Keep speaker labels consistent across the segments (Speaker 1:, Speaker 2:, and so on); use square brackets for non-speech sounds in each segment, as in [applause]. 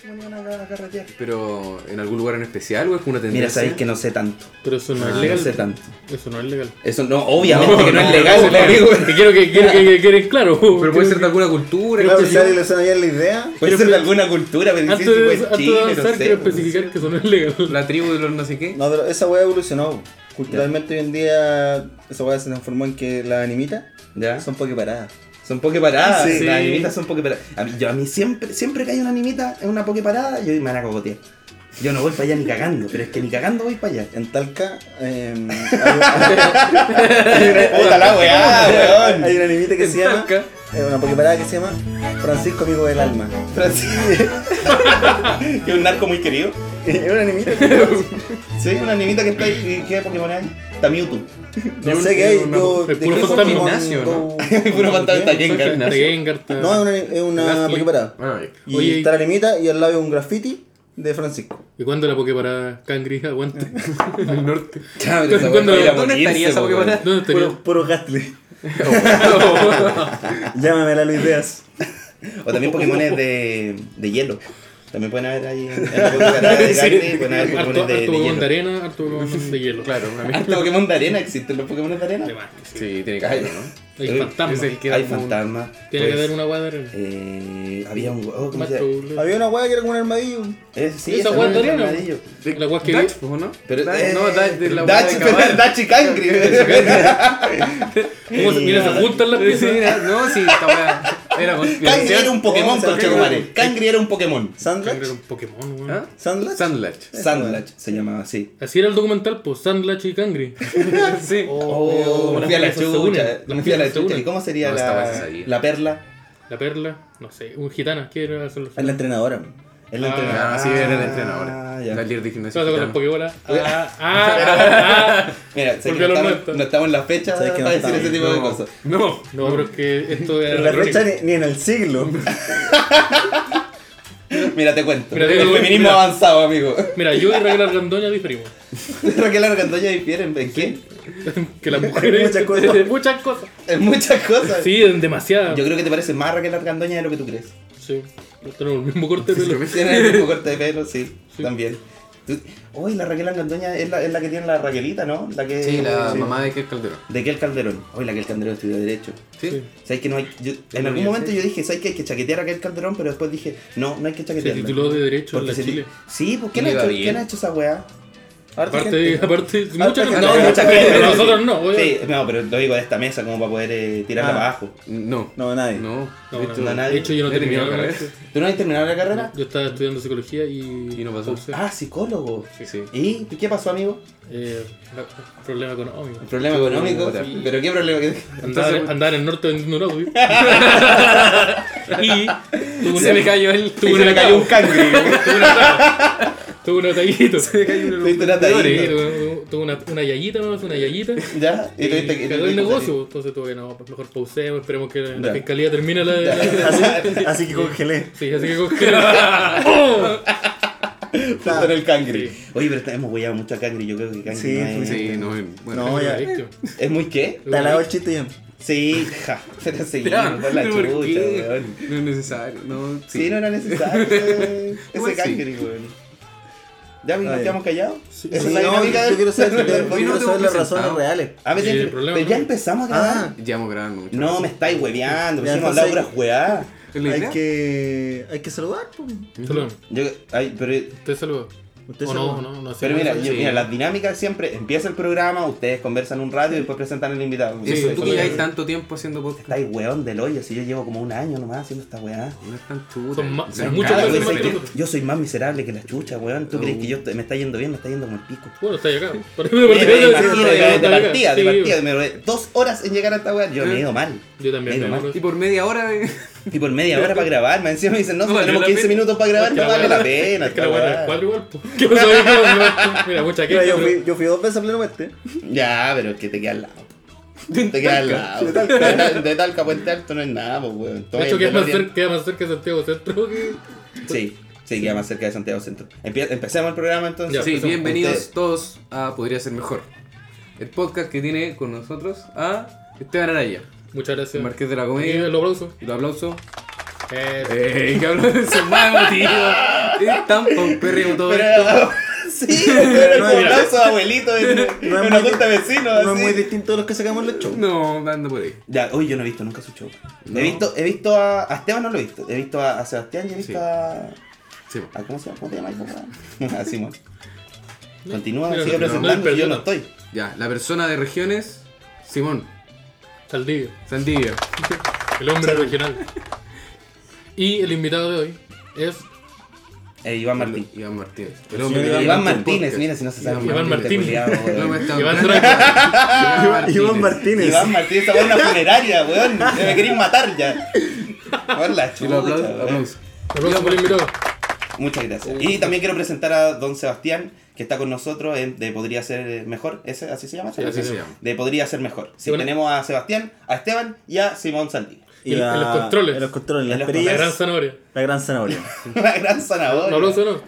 Speaker 1: se ponían a, a carretear.
Speaker 2: Pero en algún lugar en especial, o es una tendencia.
Speaker 3: Mira, sabéis que no sé tanto.
Speaker 4: Pero eso no
Speaker 2: Ah,
Speaker 4: es
Speaker 2: no
Speaker 4: legal.
Speaker 3: No sé tanto.
Speaker 4: Eso no es legal.
Speaker 3: Eso no, obviamente que
Speaker 2: no,
Speaker 3: no, es legal,
Speaker 2: no, no,
Speaker 3: amigo.
Speaker 4: Que quiero que, quiero que, que queden claro.
Speaker 2: Pero puede ser de alguna cultura.
Speaker 1: Claro,
Speaker 2: qué
Speaker 1: si
Speaker 2: sé yo.
Speaker 1: alguien le suena bien la idea.
Speaker 3: Puede ser de alguna cultura, pero
Speaker 4: Antes
Speaker 3: difícil,
Speaker 4: de,
Speaker 3: pues,
Speaker 4: antes de
Speaker 3: Chile,
Speaker 4: avanzar,
Speaker 3: no sé,
Speaker 4: quiero
Speaker 3: pues.
Speaker 4: especificar que eso no
Speaker 3: [laughs]
Speaker 4: es legal.
Speaker 2: La tribu de los no sé qué.
Speaker 1: No, pero esa weá evolucionó. Culturalmente hoy en día esa weá se transformó en que las animitas
Speaker 3: Ya.
Speaker 1: son pokeparadas.
Speaker 3: Son pokeparadas,
Speaker 4: Sí.
Speaker 3: las
Speaker 4: Sí.
Speaker 3: animitas son pokeparadas. A mí, yo, a mí siempre, siempre que hay una animita en una pokeparada, yo me van a cogotear. Yo no voy para allá ni cagando, pero es que ni cagando voy para allá.
Speaker 1: En Talca, eh, [laughs]
Speaker 3: Puta la weá,
Speaker 1: hay una animita que se llama,
Speaker 2: Talca.
Speaker 1: eh, una pokeparada que se llama Francisco Amigo del Alma.
Speaker 3: [laughs] Que un narco muy querido.
Speaker 1: [laughs] Es una animita.
Speaker 3: Sí, una animita que está ahí, ¿qué Pokémon hay? Está Mewtwo.
Speaker 1: [laughs] No
Speaker 2: Es
Speaker 1: sé
Speaker 2: un-
Speaker 1: qué hay.
Speaker 2: es una-
Speaker 1: go-
Speaker 4: es
Speaker 1: de
Speaker 4: puro
Speaker 1: qué
Speaker 4: fantasma.
Speaker 1: Pokémon
Speaker 2: Gimnasio, ¿no?
Speaker 1: [laughs] go-
Speaker 3: [laughs] Puro fantasma está
Speaker 4: Son
Speaker 3: Gengar.
Speaker 4: gente de Gengar, está-
Speaker 1: No, es una, es una
Speaker 4: Gastly.
Speaker 1: pokeparada.
Speaker 2: Ah, ya.
Speaker 1: Y
Speaker 4: Oye,
Speaker 1: está la animita y al lado hay un graffiti de Francisco.
Speaker 4: ¿Y cuándo la Poképarada Cangri aguante?
Speaker 3: [laughs]
Speaker 2: Del norte.
Speaker 3: Chable, esa
Speaker 4: ¿Cuándo-
Speaker 3: weá, ir a
Speaker 2: ¿Dónde
Speaker 3: morirse,
Speaker 2: estaría esa
Speaker 3: po,
Speaker 2: Pokémon?
Speaker 3: weón.
Speaker 4: ¿Dónde estaría?
Speaker 2: [laughs]
Speaker 1: Puro, puro [laughs] Gastly.
Speaker 2: oh,
Speaker 1: Llámame a Luis Deas.
Speaker 3: O también Pokémones de, de hielo. También pueden haber ahí en, en la Poképarada de Gandhi, pueden haber Pokémones
Speaker 4: Harto, harto
Speaker 3: de, de
Speaker 4: Pokémon de
Speaker 3: hielo.
Speaker 4: arena, harto
Speaker 3: [laughs]
Speaker 4: Pokémon de hielo.
Speaker 2: Claro, una mezcla.
Speaker 3: Harto Pokémon de arena, existen los Pokémon de
Speaker 4: De
Speaker 3: arena.
Speaker 4: más que sí.
Speaker 2: Sí, tiene que haber, ¿no?
Speaker 4: Hay
Speaker 3: Eh,
Speaker 4: fantasmas.
Speaker 2: Es el que
Speaker 3: Hay
Speaker 2: como un-
Speaker 3: fantasmas.
Speaker 4: Tiene
Speaker 3: pues,
Speaker 4: que haber una guada de arena.
Speaker 3: Eh, había un oh, ¿cómo se
Speaker 4: Mato,
Speaker 3: llama?
Speaker 4: boludo.
Speaker 1: Había una weá que era como un armadillo.
Speaker 3: Eh, sí,
Speaker 4: Esa
Speaker 3: esa weá
Speaker 4: guada de
Speaker 3: de
Speaker 4: arena.
Speaker 3: armadillo.
Speaker 4: La guada que
Speaker 2: Dutch,
Speaker 4: vi-
Speaker 2: pues, ¿no?
Speaker 3: Pero,
Speaker 2: Dutch,
Speaker 3: eh,
Speaker 2: no, Dutch de la
Speaker 3: Dachi,
Speaker 2: hueá de caballo.
Speaker 3: pero Dachi Cangri.
Speaker 4: ¿Cómo se, mira, se juntan las
Speaker 2: Sí,
Speaker 4: piezas.
Speaker 2: mira, no, sí, esta hueá era
Speaker 3: Cangri era un Pokémon,
Speaker 1: Oh, Cangri.
Speaker 3: conchetumare. Cangri era un Pokémon.
Speaker 4: Cangri era
Speaker 1: Sandlach.
Speaker 4: un Pokémon, weón.
Speaker 2: ¿Ah?
Speaker 1: Sandlach.
Speaker 2: Sandlach.
Speaker 3: Sandlach se llamaba así.
Speaker 4: Así era el documental, pues, Sandlach y Cangri.
Speaker 2: [laughs] Sí.
Speaker 3: Oh, me fui a la
Speaker 4: piezas se unen,
Speaker 3: chucha.
Speaker 4: las
Speaker 3: Me fui a la
Speaker 4: piezas se
Speaker 3: chucha.
Speaker 4: unen.
Speaker 3: ¿Y cómo sería
Speaker 2: No, esta weá se
Speaker 3: la,
Speaker 2: sabía.
Speaker 3: la perla?
Speaker 4: La perla, no sé, un gitana, ¿qué era hacer los
Speaker 3: Ah,
Speaker 1: Es la entrenadora.
Speaker 3: Es la
Speaker 4: Ah,
Speaker 3: entrenadora.
Speaker 2: Ah, sí, era la
Speaker 3: Ah,
Speaker 2: entrenadora.
Speaker 3: ya.
Speaker 2: La líder de
Speaker 4: ¿Qué
Speaker 2: gimnasia.
Speaker 4: pasa con las
Speaker 2: gitana.
Speaker 4: pokebolas? Ah, ah, ah,
Speaker 3: Mira, sé que
Speaker 4: Volvió
Speaker 3: no,
Speaker 4: a los
Speaker 3: estamos,
Speaker 4: 90.
Speaker 3: no estamos en la fecha
Speaker 1: Sabes que no
Speaker 3: para decir
Speaker 1: estamos.
Speaker 3: ese tipo de cosas.
Speaker 2: No.
Speaker 4: No, pero es que esto
Speaker 1: Pero
Speaker 4: era.
Speaker 1: la fecha ni, ni en
Speaker 4: [laughs]
Speaker 1: el siglo.
Speaker 3: Mira, te cuento.
Speaker 4: Mira, te
Speaker 3: el
Speaker 4: digo,
Speaker 3: feminismo
Speaker 4: mira.
Speaker 3: avanzado, amigo. [laughs]
Speaker 4: Mira, yo y Raquel Argandoña diferimos.
Speaker 3: Raquel Argandoña difiere en en qué?
Speaker 4: Que las mujeres.
Speaker 1: Muchas cosas.
Speaker 4: [laughs] Muchas cosas.
Speaker 3: En muchas cosas.
Speaker 4: Sí, en demasiadas.
Speaker 3: Yo creo que te parece más Raquel Argandoña de lo que tú crees. [laughs]
Speaker 4: Sí. Tenemos el mismo corte de pelo.
Speaker 3: Tiene el mismo corte de pelo, sí,
Speaker 4: Sí.
Speaker 3: también. Tú- Uy, la Raquel Argandoña es la, es la que tiene la Raquelita, ¿no? La que,
Speaker 2: Sí, la mamá de Kirk Calderón.
Speaker 3: De Kel Calderón. Uy, la Kel Calderón estudió Derecho.
Speaker 2: Sí.
Speaker 3: ¿Sabes que no hay.? yo- en algún momento yo dije, ¿sabes que hay que chaquetear a Raquel Calderón? Pero después dije, no, no hay que
Speaker 4: Se
Speaker 3: chaquetear.
Speaker 4: tituló de Derecho en
Speaker 3: Porque
Speaker 4: la
Speaker 3: se ti-
Speaker 4: Chile.
Speaker 3: Sí, pues ¿quién ha,
Speaker 2: Le iba
Speaker 3: hecho,
Speaker 2: bien.
Speaker 3: ¿quién ha hecho esa weá? Harta
Speaker 4: Aparte,
Speaker 3: gente, ¿no?
Speaker 4: aparte,
Speaker 3: Harta
Speaker 4: muchas
Speaker 3: gente.
Speaker 4: cosas.
Speaker 3: No, mucha gente,
Speaker 4: Pero
Speaker 3: no,
Speaker 4: nosotros
Speaker 3: sí.
Speaker 4: no,
Speaker 3: Sí,
Speaker 4: oye.
Speaker 3: no, pero lo digo de esta mesa como para poder eh, tirarla
Speaker 1: Ah.
Speaker 3: para abajo.
Speaker 2: No.
Speaker 1: No, nadie.
Speaker 2: No.
Speaker 4: No,
Speaker 2: De
Speaker 4: no,
Speaker 2: hecho,
Speaker 3: no,
Speaker 4: De hecho, yo no
Speaker 2: Ya terminó
Speaker 4: terminé
Speaker 2: la
Speaker 4: la
Speaker 2: carrera.
Speaker 4: carrera.
Speaker 3: ¿Tú no has terminado la carrera?
Speaker 4: Yo estaba estudiando psicología y.
Speaker 2: Y no pasó.
Speaker 4: puse,
Speaker 3: Ah, psicólogo.
Speaker 2: Sí, sí.
Speaker 3: ¿Y ¿Y qué pasó, amigo?
Speaker 4: eh, la- problema económico.
Speaker 3: Problema económico.
Speaker 2: puta.
Speaker 3: ¿Pero qué problema?
Speaker 4: [laughs]
Speaker 3: que-
Speaker 4: Andaba,
Speaker 2: Entonces-
Speaker 4: andaba en el norte vendiendo un audio. [laughs] y. tuve un-
Speaker 2: Se me cayó el.
Speaker 4: Tuve un
Speaker 3: Se le cayó un
Speaker 4: atado. [laughs]
Speaker 3: cangre.
Speaker 4: Tuve un atado. Tuve un atadito.
Speaker 2: Se me cayó el.
Speaker 3: Tuviste una
Speaker 4: Sí,
Speaker 3: tallita.
Speaker 4: tuve, tuve una, una yayita, ¿no?
Speaker 3: [laughs]
Speaker 4: una yayita.
Speaker 3: ¿Ya?
Speaker 4: Y
Speaker 3: tuviste que-
Speaker 4: quedó el
Speaker 3: tuviste que
Speaker 4: negocio, entonces tuve que no, pues mejor pausemos, esperemos que la
Speaker 3: Ya.
Speaker 4: fiscalía termine la... la-
Speaker 1: Así, así que congelé.
Speaker 4: sí, así que
Speaker 3: [laughs]
Speaker 4: coge-
Speaker 3: salir Justo en el cangre.
Speaker 4: Sí.
Speaker 3: Oye, pero está- hemos guayado mucho a cangre. Yo creo que cangre
Speaker 1: Sí,
Speaker 3: no es...
Speaker 2: Sí, no. Bueno. [laughs]
Speaker 1: No, ya.
Speaker 4: Perfecto.
Speaker 3: ¿Es muy qué?
Speaker 1: Te alabo el chiste, John.
Speaker 3: Sí, ja. Pero sí,
Speaker 2: Ya,
Speaker 3: por la
Speaker 2: pero
Speaker 3: chucha,
Speaker 2: ¿por qué?
Speaker 3: weón.
Speaker 2: No es necesario. No,
Speaker 3: Sí, no era
Speaker 1: [laughs]
Speaker 3: necesario ese
Speaker 2: Igual
Speaker 3: ese
Speaker 1: Pues
Speaker 2: sí.
Speaker 3: cangre, weón. ¿Ya
Speaker 1: Ah,
Speaker 3: nos
Speaker 1: ya.
Speaker 3: quedamos callados? Esa
Speaker 1: Sí,
Speaker 3: es la
Speaker 1: no, yo
Speaker 3: dinámica [laughs] del-
Speaker 1: quiero saber, yo
Speaker 2: Hoy no
Speaker 1: quiero
Speaker 2: te
Speaker 1: saber las
Speaker 2: hemos
Speaker 1: razones
Speaker 2: presentado.
Speaker 1: reales.
Speaker 3: A veces.
Speaker 4: Sí, el problema,
Speaker 3: pero ya
Speaker 4: ¿no?
Speaker 3: empezamos a grabar.
Speaker 1: Ah.
Speaker 2: Ya hemos grabado mucho.
Speaker 3: No, me estáis hueveando.
Speaker 1: Ya,
Speaker 3: Hicimos hablar
Speaker 1: entonces-
Speaker 3: puras weá.
Speaker 2: ¿Es la idea?
Speaker 1: Hay que, hay que saludar. pues.
Speaker 4: Salud.
Speaker 3: Yo, ay, pero,
Speaker 4: Te saludo.
Speaker 1: Usted
Speaker 4: o
Speaker 1: saluda.
Speaker 4: no, no, no.
Speaker 3: pero mira,
Speaker 4: sí,
Speaker 3: yo-
Speaker 4: sí.
Speaker 3: mira, las dinámicas siempre. Empieza el programa, ustedes conversan un rato y después presentan al invitado.
Speaker 2: Eso,
Speaker 4: Sí,
Speaker 2: tú
Speaker 4: eso
Speaker 2: que
Speaker 4: ya-
Speaker 2: llevas tanto tiempo haciendo podcast.
Speaker 3: Estáis weón del hoyo. Si yo llevo como un año nomás haciendo esta weá.
Speaker 2: No es tan chuta.
Speaker 4: Son ma- son
Speaker 2: Gran
Speaker 4: muchos
Speaker 2: cara, güey,
Speaker 3: Claro, pues,
Speaker 4: más temas
Speaker 3: ¿sabes
Speaker 2: pero-
Speaker 4: que-
Speaker 3: qué? yo soy más miserable que la chucha, weón. ¿Tú
Speaker 2: Oh.
Speaker 3: crees que yo estoy- me está yendo bien? Me está yendo como el pico.
Speaker 4: Bueno, está llegado. [laughs]
Speaker 3: Eh, de partida, de partida, de
Speaker 4: pues.
Speaker 3: partida, me robé dos horas en llegar a esta weá. Yo me he ido mal.
Speaker 4: Yo también
Speaker 3: Menos
Speaker 4: me
Speaker 3: mal.
Speaker 4: acuerdo.
Speaker 2: Y por media hora. eh,
Speaker 3: Y por media hora para grabar, me encima me dicen, no, si
Speaker 2: No valió
Speaker 3: tenemos
Speaker 2: la
Speaker 3: 15
Speaker 2: pena.
Speaker 3: minutos para grabar, no vale la pena.
Speaker 4: Es que
Speaker 3: esta
Speaker 4: la buena
Speaker 3: weá.
Speaker 4: es cuadro igual, pues. ¿Qué pasó? ¿Qué pasó? Mira, mucha
Speaker 1: Mira,
Speaker 4: queja,
Speaker 1: yo,
Speaker 4: pero-
Speaker 1: fui, yo fui dos veces a pleno oeste.
Speaker 3: Ya, pero es que te queda al lado. Te queda al lado. De Talca, de Talca a Puente Alto no es nada, pues, weón.
Speaker 4: De
Speaker 3: Toma
Speaker 4: hecho,
Speaker 3: el
Speaker 4: queda más,
Speaker 3: DeLorean.
Speaker 4: cerca, queda más cerca de Santiago Centro que...
Speaker 3: Sí, sí, queda más cerca de Santiago Centro. Empie- empecemos el programa entonces.
Speaker 4: Ya,
Speaker 2: Sí,
Speaker 4: empezamos.
Speaker 2: bienvenidos
Speaker 3: Ustedes.
Speaker 2: todos a Podría Ser Mejor. El podcast que tiene con nosotros a Esteban Araya,
Speaker 4: Muchas
Speaker 2: el
Speaker 4: gracias.
Speaker 2: marqués de la
Speaker 4: Y
Speaker 2: comedia.
Speaker 4: el aplauso.
Speaker 2: Y los aplausos.
Speaker 4: Eh,
Speaker 2: [laughs] ¡Ey! ¡Que hablan de su más emotivo! Es tan paupérrimo todo esto.
Speaker 3: Pero, [laughs] sí, pero
Speaker 1: No
Speaker 3: como
Speaker 1: es-
Speaker 3: aplauso de abuelito en, en
Speaker 1: es
Speaker 3: una
Speaker 1: muy-
Speaker 3: junta de vecinos.
Speaker 1: No
Speaker 3: así.
Speaker 1: es muy distinto a los que sacamos en los shows.
Speaker 2: No, anda por ahí.
Speaker 3: Ya, hoy yo no he visto nunca su show.
Speaker 2: No.
Speaker 3: He visto, he visto a, a Esteban, no lo he visto. He visto a, a Sebastián y he visto
Speaker 2: Sí.
Speaker 3: a,
Speaker 2: Sí, po.
Speaker 3: a- ¿Cómo se llama? ¿Cómo te llamas? ¿Cómo? [laughs] A Simón. Continúa,
Speaker 4: Mira,
Speaker 3: sigue
Speaker 4: no,
Speaker 3: presentando.
Speaker 4: no hay
Speaker 3: yo no
Speaker 4: perdón.
Speaker 3: estoy.
Speaker 2: Ya, la persona de regiones, Simón,
Speaker 4: Saldivia,
Speaker 2: Sandivia.
Speaker 4: el hombre regional. Y el invitado de hoy es
Speaker 3: Eh, Iván Martín.
Speaker 2: Iván Martínez. El
Speaker 1: Sí,
Speaker 2: hombre que
Speaker 1: Iván
Speaker 2: lleva
Speaker 3: Iván
Speaker 2: tu
Speaker 3: Martínez,
Speaker 2: podcast.
Speaker 3: mira si no se sabe.
Speaker 4: Eh,
Speaker 3: este
Speaker 4: Iván pues, Martín.
Speaker 3: Culeado,
Speaker 2: El hombre
Speaker 3: weón.
Speaker 2: está
Speaker 4: Iván
Speaker 2: hablando.
Speaker 1: Iván Martínez.
Speaker 3: Iván eh. Martínez, esa weá es una funeraria,
Speaker 4: [laughs]
Speaker 3: weón. Ya Me queréis matar ya. Weón, la
Speaker 2: Y lo
Speaker 3: chucha,
Speaker 2: aplauso,
Speaker 3: weón.
Speaker 2: aplauso.
Speaker 4: el próximo invitado.
Speaker 3: Muchas gracias. Y también quiero presentar a don Sebastián, que está con nosotros en- de Podría Ser Mejor. ¿Ese, ¿Así se llama?
Speaker 2: Sí, así se llama.
Speaker 3: De Podría Ser Mejor. Sí,
Speaker 4: Bueno.
Speaker 3: tenemos a Sebastián, a Esteban y a Simón Saldí.
Speaker 1: Y
Speaker 4: En-
Speaker 1: la-
Speaker 4: en los controles.
Speaker 1: En los controles, en las
Speaker 3: En los-
Speaker 4: La
Speaker 1: perillas.
Speaker 4: gran zanahoria.
Speaker 1: La gran zanahoria.
Speaker 3: [laughs] Una gran
Speaker 4: ¿Un
Speaker 3: zanahoria.
Speaker 4: aplauso o no?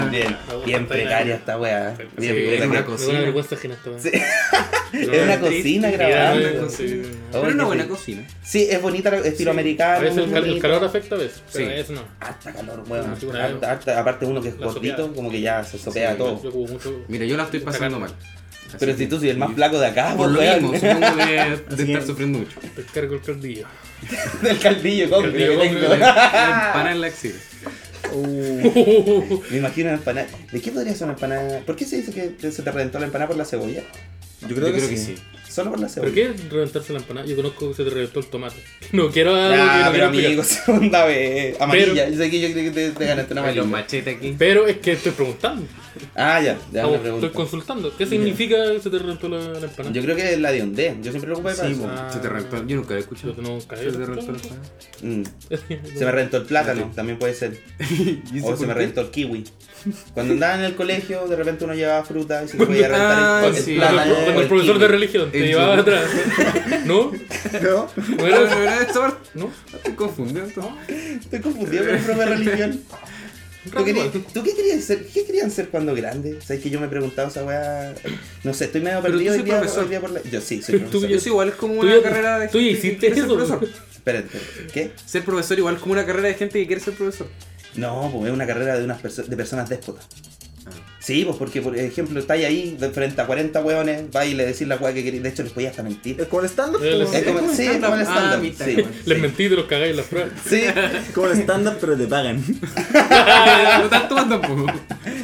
Speaker 3: Bien, bien.
Speaker 4: Aplauso.
Speaker 3: Bien precaria esta weá.
Speaker 4: Sí,
Speaker 3: Bien
Speaker 2: es
Speaker 3: precaria.
Speaker 2: una
Speaker 4: Me
Speaker 2: cosa.
Speaker 4: da una vergüenza ajena esta weá.
Speaker 3: Sí.
Speaker 4: No,
Speaker 3: Es una
Speaker 4: no,
Speaker 3: cocina
Speaker 2: Sí,
Speaker 4: no,
Speaker 3: grabando.
Speaker 4: no, sí.
Speaker 2: Pero es una buena cocina.
Speaker 3: Sí, es bonita, estilo
Speaker 4: A
Speaker 3: americano.
Speaker 4: veces el,
Speaker 3: muy
Speaker 4: cal- el
Speaker 3: bonito.
Speaker 4: calor afecta a veces, pero
Speaker 2: Sí.
Speaker 4: a veces no.
Speaker 3: Harta calor, weón.
Speaker 4: Sí, una-
Speaker 3: Harta- harta- aparte uno que es
Speaker 4: La
Speaker 3: gordito,
Speaker 4: sopeada.
Speaker 3: como que ya se sopea
Speaker 2: Sí,
Speaker 3: todo.
Speaker 4: Yo como mucho.
Speaker 2: Mira, yo la estoy pasando mal. Así
Speaker 3: Pero
Speaker 2: que-
Speaker 3: si tú soy el más flaco de acá,
Speaker 2: Por lo
Speaker 3: weón.
Speaker 2: mismo, supongo que de
Speaker 1: Así
Speaker 2: estar
Speaker 1: que-
Speaker 2: sufriendo
Speaker 4: [laughs]
Speaker 2: mucho.
Speaker 4: Te cargo el caldillo.
Speaker 3: [laughs] Del caldillo, con
Speaker 4: Caldillo,
Speaker 3: que tengo.
Speaker 4: con-
Speaker 2: Para en la axila.
Speaker 4: Uh.
Speaker 3: Me imagino una empanada. ¿De qué podría ser una empanada? ¿Por qué se dice que se te reventó la empanada por la cebolla?
Speaker 1: Yo creo,
Speaker 2: Yo
Speaker 1: que,
Speaker 2: creo
Speaker 1: sí.
Speaker 2: que sí.
Speaker 3: Solo por la
Speaker 4: ¿Por
Speaker 3: cebolla.
Speaker 4: qué reventarse la empanada? Yo conozco que se te reventó el tomate. [laughs] No quiero algo
Speaker 3: Ah,
Speaker 4: que no
Speaker 3: pero
Speaker 4: quiero explicar.
Speaker 3: amigo, segunda vez. Amarilla. Yo sé que yo creo que te, te ganaste una
Speaker 2: Hay los
Speaker 3: amarilla.
Speaker 2: machetes aquí.
Speaker 4: Pero es que estoy preguntando.
Speaker 3: Ah, ya, ya
Speaker 4: Estamos-
Speaker 3: me
Speaker 4: estoy
Speaker 3: pregunto.
Speaker 4: consultando. ¿Qué significa que se te reventó la, la empanada?
Speaker 3: Yo creo que es la de ondé. Yo siempre lo ocupé para
Speaker 1: Sí,
Speaker 3: eso.
Speaker 1: bo.
Speaker 4: Ah,
Speaker 2: Se te reventó. Yo nunca había
Speaker 4: Yo
Speaker 2: escuchado.
Speaker 4: no caí.
Speaker 2: Se te reventó la empanada.
Speaker 3: Mm.
Speaker 4: [laughs]
Speaker 3: Se me reventó el plátano, también puede ser.
Speaker 2: ¿Y eso
Speaker 3: O Oh, se
Speaker 2: por
Speaker 3: me
Speaker 2: qué?
Speaker 3: reventó el kiwi. Cuando andaba en el colegio, de repente uno llevaba fruta y se me podía reventar
Speaker 2: Ah,
Speaker 3: el, el
Speaker 2: sí.
Speaker 3: plátano.
Speaker 4: Cuando
Speaker 3: o
Speaker 4: cuando el
Speaker 3: el
Speaker 4: profesor de
Speaker 3: kiwi.
Speaker 4: religión te
Speaker 2: El
Speaker 4: llevaba
Speaker 2: yogur.
Speaker 3: [laughs]
Speaker 4: atrás. ¿No?
Speaker 1: No.
Speaker 4: ¿No
Speaker 2: Bueno, [laughs]
Speaker 4: era?
Speaker 2: pero esto ahora-
Speaker 4: ¿No?
Speaker 2: no
Speaker 4: [laughs]
Speaker 2: te confundiendo.
Speaker 3: Estoy confundido con el profe de religión. ¿Tú, querías- tú qué querías ser? ¿Qué querían ser cuando grandes? ¿Sabes que yo me he preguntado esa weá? No sé, estoy medio
Speaker 2: Pero tú
Speaker 3: perdido hoy
Speaker 2: soy
Speaker 3: día,
Speaker 2: profesor.
Speaker 3: hoy día por la... Yo sí, soy
Speaker 4: Pero tú
Speaker 3: profesor.
Speaker 2: Eso igual es como
Speaker 4: Tú
Speaker 2: una
Speaker 4: ya-
Speaker 2: carrera de
Speaker 4: tú ya
Speaker 2: gente que
Speaker 4: hiciste
Speaker 2: quiere ser
Speaker 4: eso,
Speaker 2: profesor.
Speaker 3: Espérate, espérate. ¿Qué?
Speaker 2: Ser profesor igual es como una carrera de gente que quiere ser
Speaker 4: [laughs]
Speaker 2: profesor.
Speaker 3: No, pues es una carrera de unas perso- de personas déspotas. Sí, pues porque, por ejemplo, estáis ahí de frente a 40 weones, vais y le decís la weá que queréis. De hecho, les podía hasta mentir.
Speaker 1: Es como el stand-up.
Speaker 4: Eh,
Speaker 1: po.
Speaker 3: Es como,
Speaker 2: como
Speaker 3: sí, es
Speaker 2: stand-up.
Speaker 3: como el
Speaker 2: Ah,
Speaker 3: estándar.
Speaker 2: mitad,
Speaker 3: sí,
Speaker 2: igual.
Speaker 4: Les
Speaker 3: sí.
Speaker 4: mentí y te los cagáis en las pruebas.
Speaker 3: Sí.
Speaker 1: Es como el stand-up, pero te pagan.
Speaker 4: Ah,
Speaker 2: no tanto más tampoco.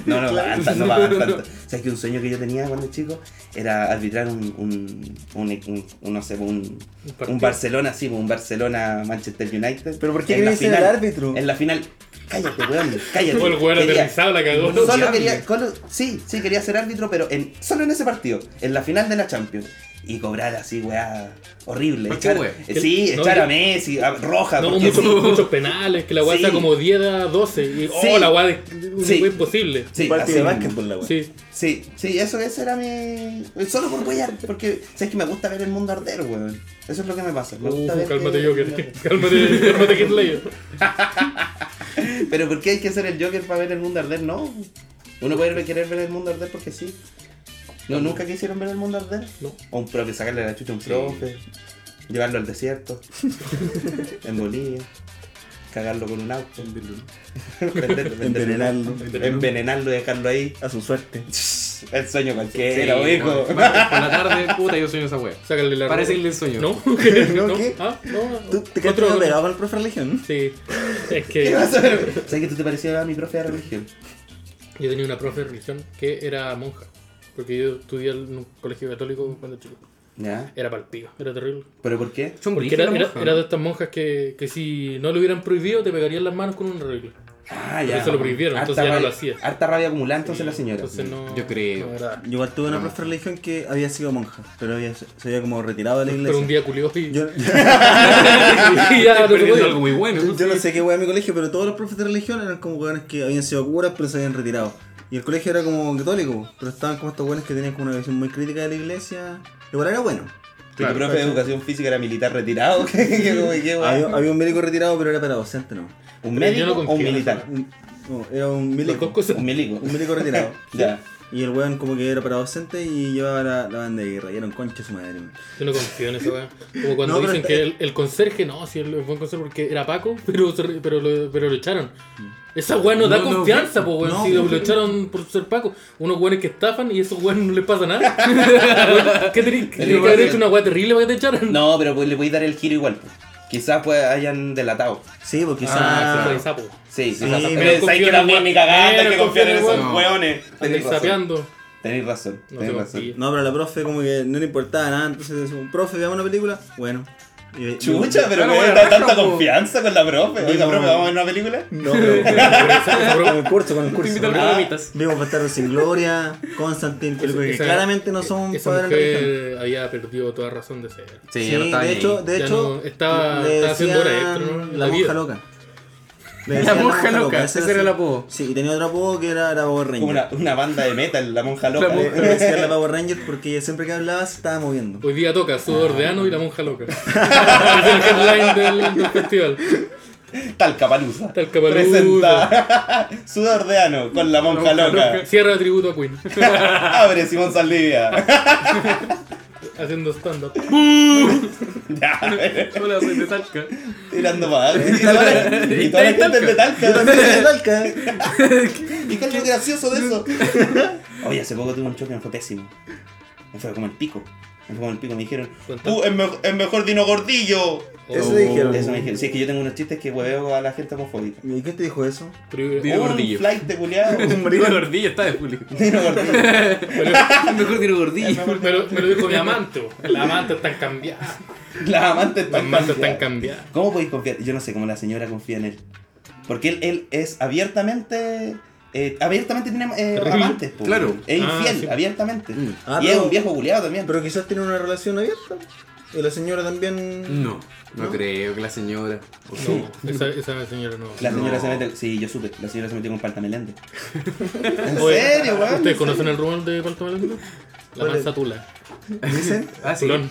Speaker 3: No, no, pagaban tan- no pagaban tanto. ¿Sabes que un sueño que yo tenía cuando chico era arbitrar un, un, un, un- un, no sé, un,
Speaker 4: Un partido.
Speaker 3: un Barcelona, sí, un Barcelona-Manchester United.
Speaker 1: ¿Pero por qué
Speaker 3: En la
Speaker 1: querías ser el
Speaker 3: final-
Speaker 1: árbitro?
Speaker 3: En la final, cállate, weón, cállate.
Speaker 4: O el weón
Speaker 3: Quería-
Speaker 4: aterrizado la cagó.
Speaker 3: Solo
Speaker 2: Diablo.
Speaker 3: quería, solo- sí, sí, quería ser árbitro, pero en, solo en ese partido, en la final de la Champions. Y cobrar así, weá, horrible.
Speaker 2: ¿Por qué,
Speaker 3: Echar-
Speaker 2: weón?
Speaker 3: sí,
Speaker 4: No,
Speaker 3: echar
Speaker 4: yo-
Speaker 3: a Messi, a Roja,
Speaker 4: No,
Speaker 3: porque
Speaker 4: muchos,
Speaker 3: sí.
Speaker 4: muchos penales, que la weá
Speaker 3: Sí.
Speaker 4: está como 10 a 12. Y, oh,
Speaker 3: Sí.
Speaker 4: la weá es un
Speaker 3: Sí.
Speaker 4: weá imposible.
Speaker 3: Sí,
Speaker 1: Un partido de
Speaker 3: así
Speaker 1: básquet por la wea.
Speaker 4: Sí.
Speaker 3: Sí, sí, eso, ese era mi. Solo por weyar, porque sabes que me gusta ver el mundo arder, weón. Eso es lo que me pasa. Me gusta
Speaker 4: Uh,
Speaker 3: ver
Speaker 4: cálmate,
Speaker 3: que-
Speaker 4: Joker. [laughs] Cálmate, cálmate, Heath Ledger.
Speaker 3: Pero ¿por qué hay que ser el Joker para ver el mundo arder? No. Uno puede querer ver el mundo arder porque sí. No, nunca quisieron ver el mundo arder.
Speaker 4: No.
Speaker 3: O un profe, sacarle la chucha a un profe. Llevarlo al desierto. [laughs] en Bolivia. Cagarlo con un auto. Venderlo, venderlo.
Speaker 1: Envenenarlo.
Speaker 3: Envenenarlo y dejarlo ahí. [laughs]
Speaker 1: A su suerte.
Speaker 3: El sueño
Speaker 2: Sí,
Speaker 3: cualquiera,
Speaker 2: no,
Speaker 3: hijo.
Speaker 2: Por la tarde, puta, yo sueño esa wea.
Speaker 4: Sácale la
Speaker 2: Parece el del sueño.
Speaker 4: ¿No? [laughs]
Speaker 1: ¿No?
Speaker 4: ¿No?
Speaker 1: ¿Qué?
Speaker 4: ¿Ah? ¿No?
Speaker 1: ¿Tú te quedas
Speaker 4: Otro-
Speaker 1: pegado al profe religión?
Speaker 4: Sí. Es
Speaker 3: ¿Qué
Speaker 4: que
Speaker 3: vas a ver? ¿Sabes que tú te parecías a mi profe de religión?
Speaker 4: yo tenía una profe de religión que era monja. Porque yo estudié en un colegio católico cuando chico.
Speaker 3: ¿Ya?
Speaker 4: Era palpigo, era terrible.
Speaker 3: ¿Pero por qué?
Speaker 2: Son
Speaker 4: Porque
Speaker 2: brígidas
Speaker 4: era,
Speaker 2: las
Speaker 4: era,
Speaker 2: monjas,
Speaker 4: era
Speaker 2: ¿no?
Speaker 4: de estas monjas que, que si no lo hubieran prohibido te pegarían las manos con un arreglo.
Speaker 3: Ah,
Speaker 4: Pero
Speaker 3: ya.
Speaker 4: eso lo prohibieron, entonces ya no lo hacía.
Speaker 3: Harta rabia acumulada entonces la señora.
Speaker 4: Entonces no.
Speaker 2: Yo creo.
Speaker 4: no era-
Speaker 1: Yo igual tuve una profe religión que había sido monja, pero había, se había como retirado de la iglesia.
Speaker 4: Pero un día culió y,
Speaker 1: Yo,
Speaker 4: [laughs]
Speaker 2: [laughs]
Speaker 4: y
Speaker 2: Estoy
Speaker 4: [laughs] ya no se
Speaker 2: perdiendo
Speaker 4: podía.
Speaker 2: algo muy bueno.
Speaker 1: [laughs] yo- yo no sé qué weá en mi colegio, pero todos los profes de religión eran como weones que habían sido curas pero se habían retirado. Y el colegio era como católico, pero estaban como estos weones que tenían como una visión muy crítica de la iglesia. Igual era bueno.
Speaker 3: Tu profe de educación física era militar retirado. [laughs] que- que como que, qué guay.
Speaker 1: Había, había un médico retirado, pero era para docente, ¿no.
Speaker 3: ¿Un
Speaker 4: Pero yo
Speaker 3: médico
Speaker 4: no
Speaker 3: o
Speaker 4: confío
Speaker 3: un
Speaker 4: en
Speaker 3: militar?
Speaker 1: Un- no, era un
Speaker 4: Las dos
Speaker 1: milico.
Speaker 4: cosas.
Speaker 3: Un milico.
Speaker 4: [laughs]
Speaker 1: Un milico retirado.
Speaker 3: Ya.
Speaker 1: Y el weón como que era para docente y llevaba la, la banda de guerra. Y era un concha su madre. weón.
Speaker 4: Yo no confío en esa weá. Como cuando
Speaker 1: No, pero
Speaker 4: dicen
Speaker 1: está-
Speaker 4: que el, el conserje, no, si el buen conserje porque era Paco, [laughs] pero, se re- pero, lo, pero lo echaron. Esa weá no da
Speaker 2: No, no,
Speaker 4: confianza, po, weón.
Speaker 1: no,
Speaker 4: si lo,
Speaker 1: pero-
Speaker 4: lo echaron por ser Paco, unos weones que estafan y esos weones no les pasa
Speaker 1: [laughs]
Speaker 4: nada. ¿Qué tenés que tenés que haber hecho una weá terrible para que te echaran?
Speaker 3: No, pero pues le voy a dar el giro igual. pues. Quizás pues hayan delatado.
Speaker 1: Sí, porque quizás.
Speaker 4: Ah, sí, fue sapo.
Speaker 3: Sí, sí,
Speaker 1: pero
Speaker 3: pero
Speaker 4: confío
Speaker 3: sabes que
Speaker 4: en el
Speaker 3: también
Speaker 4: weón.
Speaker 3: mi cagada hay
Speaker 4: Pero
Speaker 3: que confiar en
Speaker 4: confío en el
Speaker 2: weón.
Speaker 3: esos hueones.
Speaker 4: Andáis
Speaker 3: Tenéis razón.
Speaker 4: sapeando.
Speaker 3: Tenéis razón.
Speaker 4: No
Speaker 3: tenéis
Speaker 4: se
Speaker 3: razón.
Speaker 4: confía.
Speaker 1: No, pero la profe como que no le importaba nada. Entonces decimos, profe, veamos una película. Bueno. Y-
Speaker 3: Chucha, pero
Speaker 2: Claro,
Speaker 3: me
Speaker 2: bueno,
Speaker 3: da
Speaker 2: raja,
Speaker 3: tanta
Speaker 2: po.
Speaker 3: confianza con la profe. Oiga,
Speaker 1: No.
Speaker 3: profe, ¿vamos a ver una película?
Speaker 1: No, pero- con el curso, con el
Speaker 2: Te
Speaker 1: curso.
Speaker 2: invito a
Speaker 1: Ah,
Speaker 2: las
Speaker 1: [laughs]
Speaker 2: palomitas.
Speaker 1: Vimos Bastardos sin Gloria, Constantine, películas que
Speaker 4: Esa- e-,
Speaker 1: claramente no son
Speaker 4: Esa
Speaker 1: para ver en religión.
Speaker 4: mujer había perdido toda razón de ser.
Speaker 1: Sí, de hecho, de
Speaker 4: Ya
Speaker 1: hecho,
Speaker 4: no- estaba-
Speaker 1: le
Speaker 4: estaba haciendo hora
Speaker 1: decían
Speaker 4: extra, ¿no?
Speaker 1: La
Speaker 4: La vida.
Speaker 1: monja loca. Le
Speaker 2: La
Speaker 1: decían
Speaker 2: monja loca,
Speaker 1: ese
Speaker 2: ese era
Speaker 1: su-
Speaker 2: el apodo.
Speaker 1: Sí, y tenía otro apodo que era la Power
Speaker 3: Como
Speaker 1: Ranger.
Speaker 3: una, una banda de metal, la monja loca. eh,
Speaker 2: La
Speaker 1: Le-
Speaker 2: monja.
Speaker 1: Le decían la Power Ranger porque ella siempre que hablaba se estaba moviendo. [laughs]
Speaker 4: Hoy día toca Sudor
Speaker 1: Ah,
Speaker 4: de Ano y La Monja Loca. [laughs] es el headline del, del festival.
Speaker 3: Talcapaluza.
Speaker 4: Talcapaluza.
Speaker 3: Presenta [laughs] Sudor de Ano con la monja loca.
Speaker 4: Cierra de tributo a Queen.
Speaker 3: [laughs] Abre Simón Saldivia. [laughs]
Speaker 4: Haciendo stand-up.
Speaker 3: Ya,
Speaker 2: Hola, soy de Talca.
Speaker 3: Tirando para adelante. Y toda la- Y toda la gente de Talca. [laughs] ¿Y qué es lo gracioso de eso? [laughs] Oye, hace poco tuve un choque, me fue pésimo. Me fue como el pico. Me fue como el pico, me dijeron. ¡Uh, es, mejo- es mejor Dino Gordillo!
Speaker 1: Eso dijeron.
Speaker 3: Eso me dijeron. Sí, es que yo tengo unos chistes que hueveo a la gente homofóbica.
Speaker 1: ¿Y quién te dijo eso?
Speaker 2: Dino
Speaker 4: Pero-
Speaker 3: un
Speaker 2: Gordillo.
Speaker 3: flight de culiado.
Speaker 2: Un marido gordillo está de Julio.
Speaker 3: Dino Gordillo.
Speaker 2: Mejor tiro gordillo.
Speaker 4: Me lo, me lo dijo mi amante. po. Las amantes están cambiadas.
Speaker 3: Las amantes
Speaker 4: Las
Speaker 3: están
Speaker 4: amantes están
Speaker 3: cambiadas.
Speaker 4: cambiadas.
Speaker 3: ¿Cómo podéis confiar? Yo no sé cómo la señora confía en él. Porque él, él es abiertamente. eh, abiertamente tiene eh,
Speaker 4: Terrible.
Speaker 3: amantes, po.
Speaker 2: Claro.
Speaker 3: Es
Speaker 4: Ah,
Speaker 3: infiel,
Speaker 4: sí. Mm.
Speaker 3: abiertamente.
Speaker 1: Ah,
Speaker 3: y es
Speaker 1: pero-
Speaker 3: un viejo culiado también.
Speaker 1: Pero quizás tiene una relación abierta. Y la señora también.
Speaker 2: No, no creo que la señora.
Speaker 4: No, esa, esa señora no.
Speaker 3: la señora
Speaker 2: No.
Speaker 3: se mete. Sí, yo supe. La señora se metió con Palta Melende.
Speaker 4: [laughs]
Speaker 3: ¿En
Speaker 4: Oye,
Speaker 3: serio, weón? ¿En
Speaker 4: ¿Ustedes
Speaker 3: serio?
Speaker 4: conocen el rumor de Palto Melendo? La
Speaker 1: ¿Cuál es?
Speaker 4: mansa tula.
Speaker 1: ¿Dicen?
Speaker 2: Ah, sí.
Speaker 4: Tulón.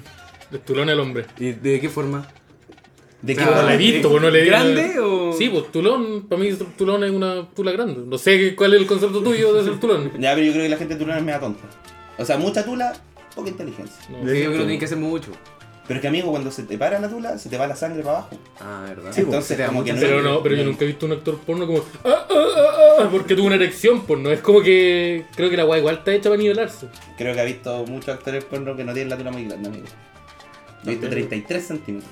Speaker 4: El tulón el hombre.
Speaker 2: ¿Y de qué forma?
Speaker 3: ¿De qué
Speaker 2: Ah,
Speaker 4: No la he
Speaker 3: habla?
Speaker 4: visto, pues no le
Speaker 2: ¿Grande o-
Speaker 4: Sí, pues tulón, para mí tulón es una tula grande. No sé cuál es el concepto tuyo de ser tulón.
Speaker 3: Ya, pero yo creo que la gente tulana es media tonta. O sea, mucha tula, poca inteligencia.
Speaker 4: No.
Speaker 2: Sí, yo creo que tiene que hacer mucho.
Speaker 3: Pero es que, amigo, cuando se te para la tula, se te va la sangre para abajo.
Speaker 2: Ah, ¿verdad?
Speaker 3: Sí,
Speaker 2: Entonces, te
Speaker 3: pues,
Speaker 2: da
Speaker 3: como
Speaker 2: mucha
Speaker 3: que
Speaker 4: Pero
Speaker 2: sangre.
Speaker 4: no, pero yo nunca he visto un actor porno como "Ah, ah, ah, ah", porque tuvo una erección porno. Es como que creo que la guay igual está hecha para nivelarse.
Speaker 3: Creo que ha visto muchos actores porno que no tienen la tula muy grande, amigo. Yo he visto 33 centímetros.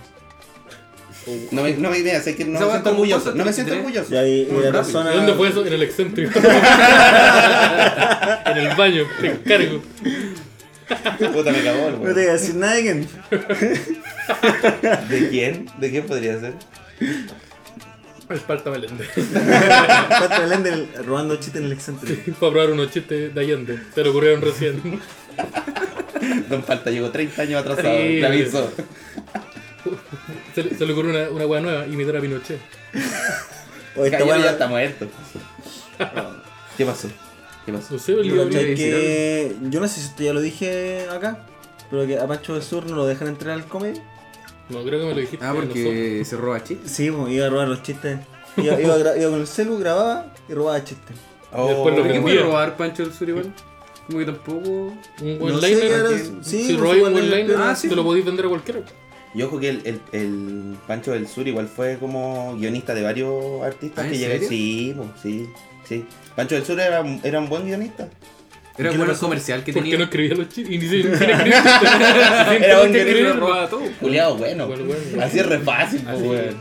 Speaker 3: No me, no me mira, sé que no
Speaker 2: Esa
Speaker 3: me
Speaker 2: weá
Speaker 3: siento
Speaker 2: como
Speaker 3: orgulloso.
Speaker 2: pasa
Speaker 3: No me siento
Speaker 2: 33.
Speaker 3: orgulloso.
Speaker 1: Ya, y, y
Speaker 2: Muy
Speaker 1: la
Speaker 2: rápido.
Speaker 1: persona.
Speaker 4: ¿Y dónde fue eso? En el excéntrico. en el baño, te encargo.
Speaker 3: Puta, me cagó el
Speaker 1: No te voy
Speaker 3: weón.
Speaker 1: a decir nada, Ken.
Speaker 3: ¿De quién? ¿De quién podría ser?
Speaker 4: El palta melende.
Speaker 1: Pato Belén del- robando chistes en el excéntrico.
Speaker 4: Fue a probar unos chistes de Allende. Se lo ocurrieron recién.
Speaker 3: Don Falta llegó 30 años atrasado.
Speaker 4: Sí.
Speaker 3: Te aviso.
Speaker 4: Se, le- se le ocurrió una, una guay nueva, imitar a Pinochet.
Speaker 1: O esta
Speaker 3: Cayó
Speaker 1: buena-
Speaker 3: ya está muerto. ¿Qué pasó? ¿Qué pasó?
Speaker 4: No sé, el
Speaker 2: Yo
Speaker 4: libro-
Speaker 2: también.
Speaker 1: ¿Cachai?
Speaker 2: Yo voy a
Speaker 1: que yo no sé si esto ya lo dije acá, pero que a Pancho del Sur no lo dejan entrar al comedy.
Speaker 4: No, creo que me lo dijiste.
Speaker 2: Ah,
Speaker 4: nosotros.
Speaker 2: porque se roba chistes.
Speaker 1: Sí, pues, iba a robar los chistes. Iba, iba, gra- iba con el celu, grababa y robaba chistes.
Speaker 4: Después
Speaker 3: Oh,
Speaker 4: lo
Speaker 2: ¿Pero qué
Speaker 4: Bien.
Speaker 2: puede robar Pancho del Sur igual? Como que tampoco.
Speaker 4: Un
Speaker 1: No sé qué
Speaker 4: one-liner.
Speaker 1: era-
Speaker 2: porque
Speaker 4: si
Speaker 1: sí, pues,
Speaker 4: robáis un
Speaker 1: igual era-
Speaker 4: one-liner,
Speaker 2: Ah, sí.
Speaker 4: te lo podéis vender a cualquiera.
Speaker 3: Y ojo que el, el, el Pancho del Sur igual fue como guionista de varios artistas
Speaker 2: ¿Ah,
Speaker 3: que
Speaker 2: en
Speaker 3: llegaron.
Speaker 2: serio?
Speaker 3: Sí, po, sí, sí. Pancho del Sur era, un- era un buen guionista.
Speaker 2: Era
Speaker 1: ¿Qué
Speaker 2: bueno
Speaker 1: le
Speaker 2: el comercial que
Speaker 4: ¿Por qué
Speaker 2: tenía.
Speaker 4: no escribía los chistes? Y
Speaker 1: [laughs]
Speaker 4: ni siquiera escribía chistes.
Speaker 3: Era un
Speaker 4: que
Speaker 2: Pero
Speaker 4: escribir.
Speaker 2: robaba todo.
Speaker 3: Juliado, bueno.
Speaker 4: Bueno, bueno.
Speaker 3: Así es re fácil, po,
Speaker 4: Así
Speaker 3: weón.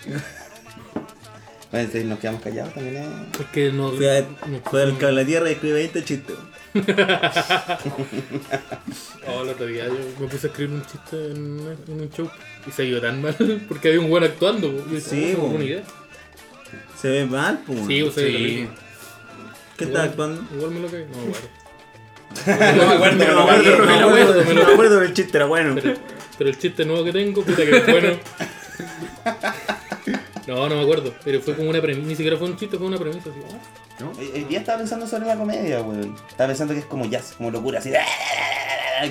Speaker 3: [laughs] Bueno, entonces nos quedamos callados también. eh.
Speaker 4: Porque no.
Speaker 1: Fui, a,
Speaker 4: no-
Speaker 1: fui al cable de la tierra y escribí 20 chistes.
Speaker 4: Oh, el otro día yo me puse a escribir un chiste en, en un show y se dio tan mal [laughs] porque había un buen actuando. Y yo,
Speaker 1: Sí,
Speaker 4: oh,
Speaker 1: bo.
Speaker 4: una idea.
Speaker 1: Se ve mal, pues.
Speaker 4: Sí, o sea,
Speaker 2: Sí.
Speaker 1: ¿Qué estás actuando?
Speaker 4: Igual me lo caí. No, bueno.
Speaker 3: No me acuerdo, no me acuerdo.
Speaker 1: no me
Speaker 4: me lo
Speaker 1: acuerdo,
Speaker 4: acuerdo, me
Speaker 1: no
Speaker 4: lo-
Speaker 1: me acuerdo del chiste, era bueno.
Speaker 4: Pero, pero el chiste nuevo que tengo, puta que es bueno. [laughs] No, no me acuerdo. Pero fue como una premisa. Ni siquiera fue un chiste, fue una premisa. Así, oh.
Speaker 3: Hoy hoy día estaba pensando sobre la comedia, weón. Estaba pensando que es como jazz, como locura, así. weá,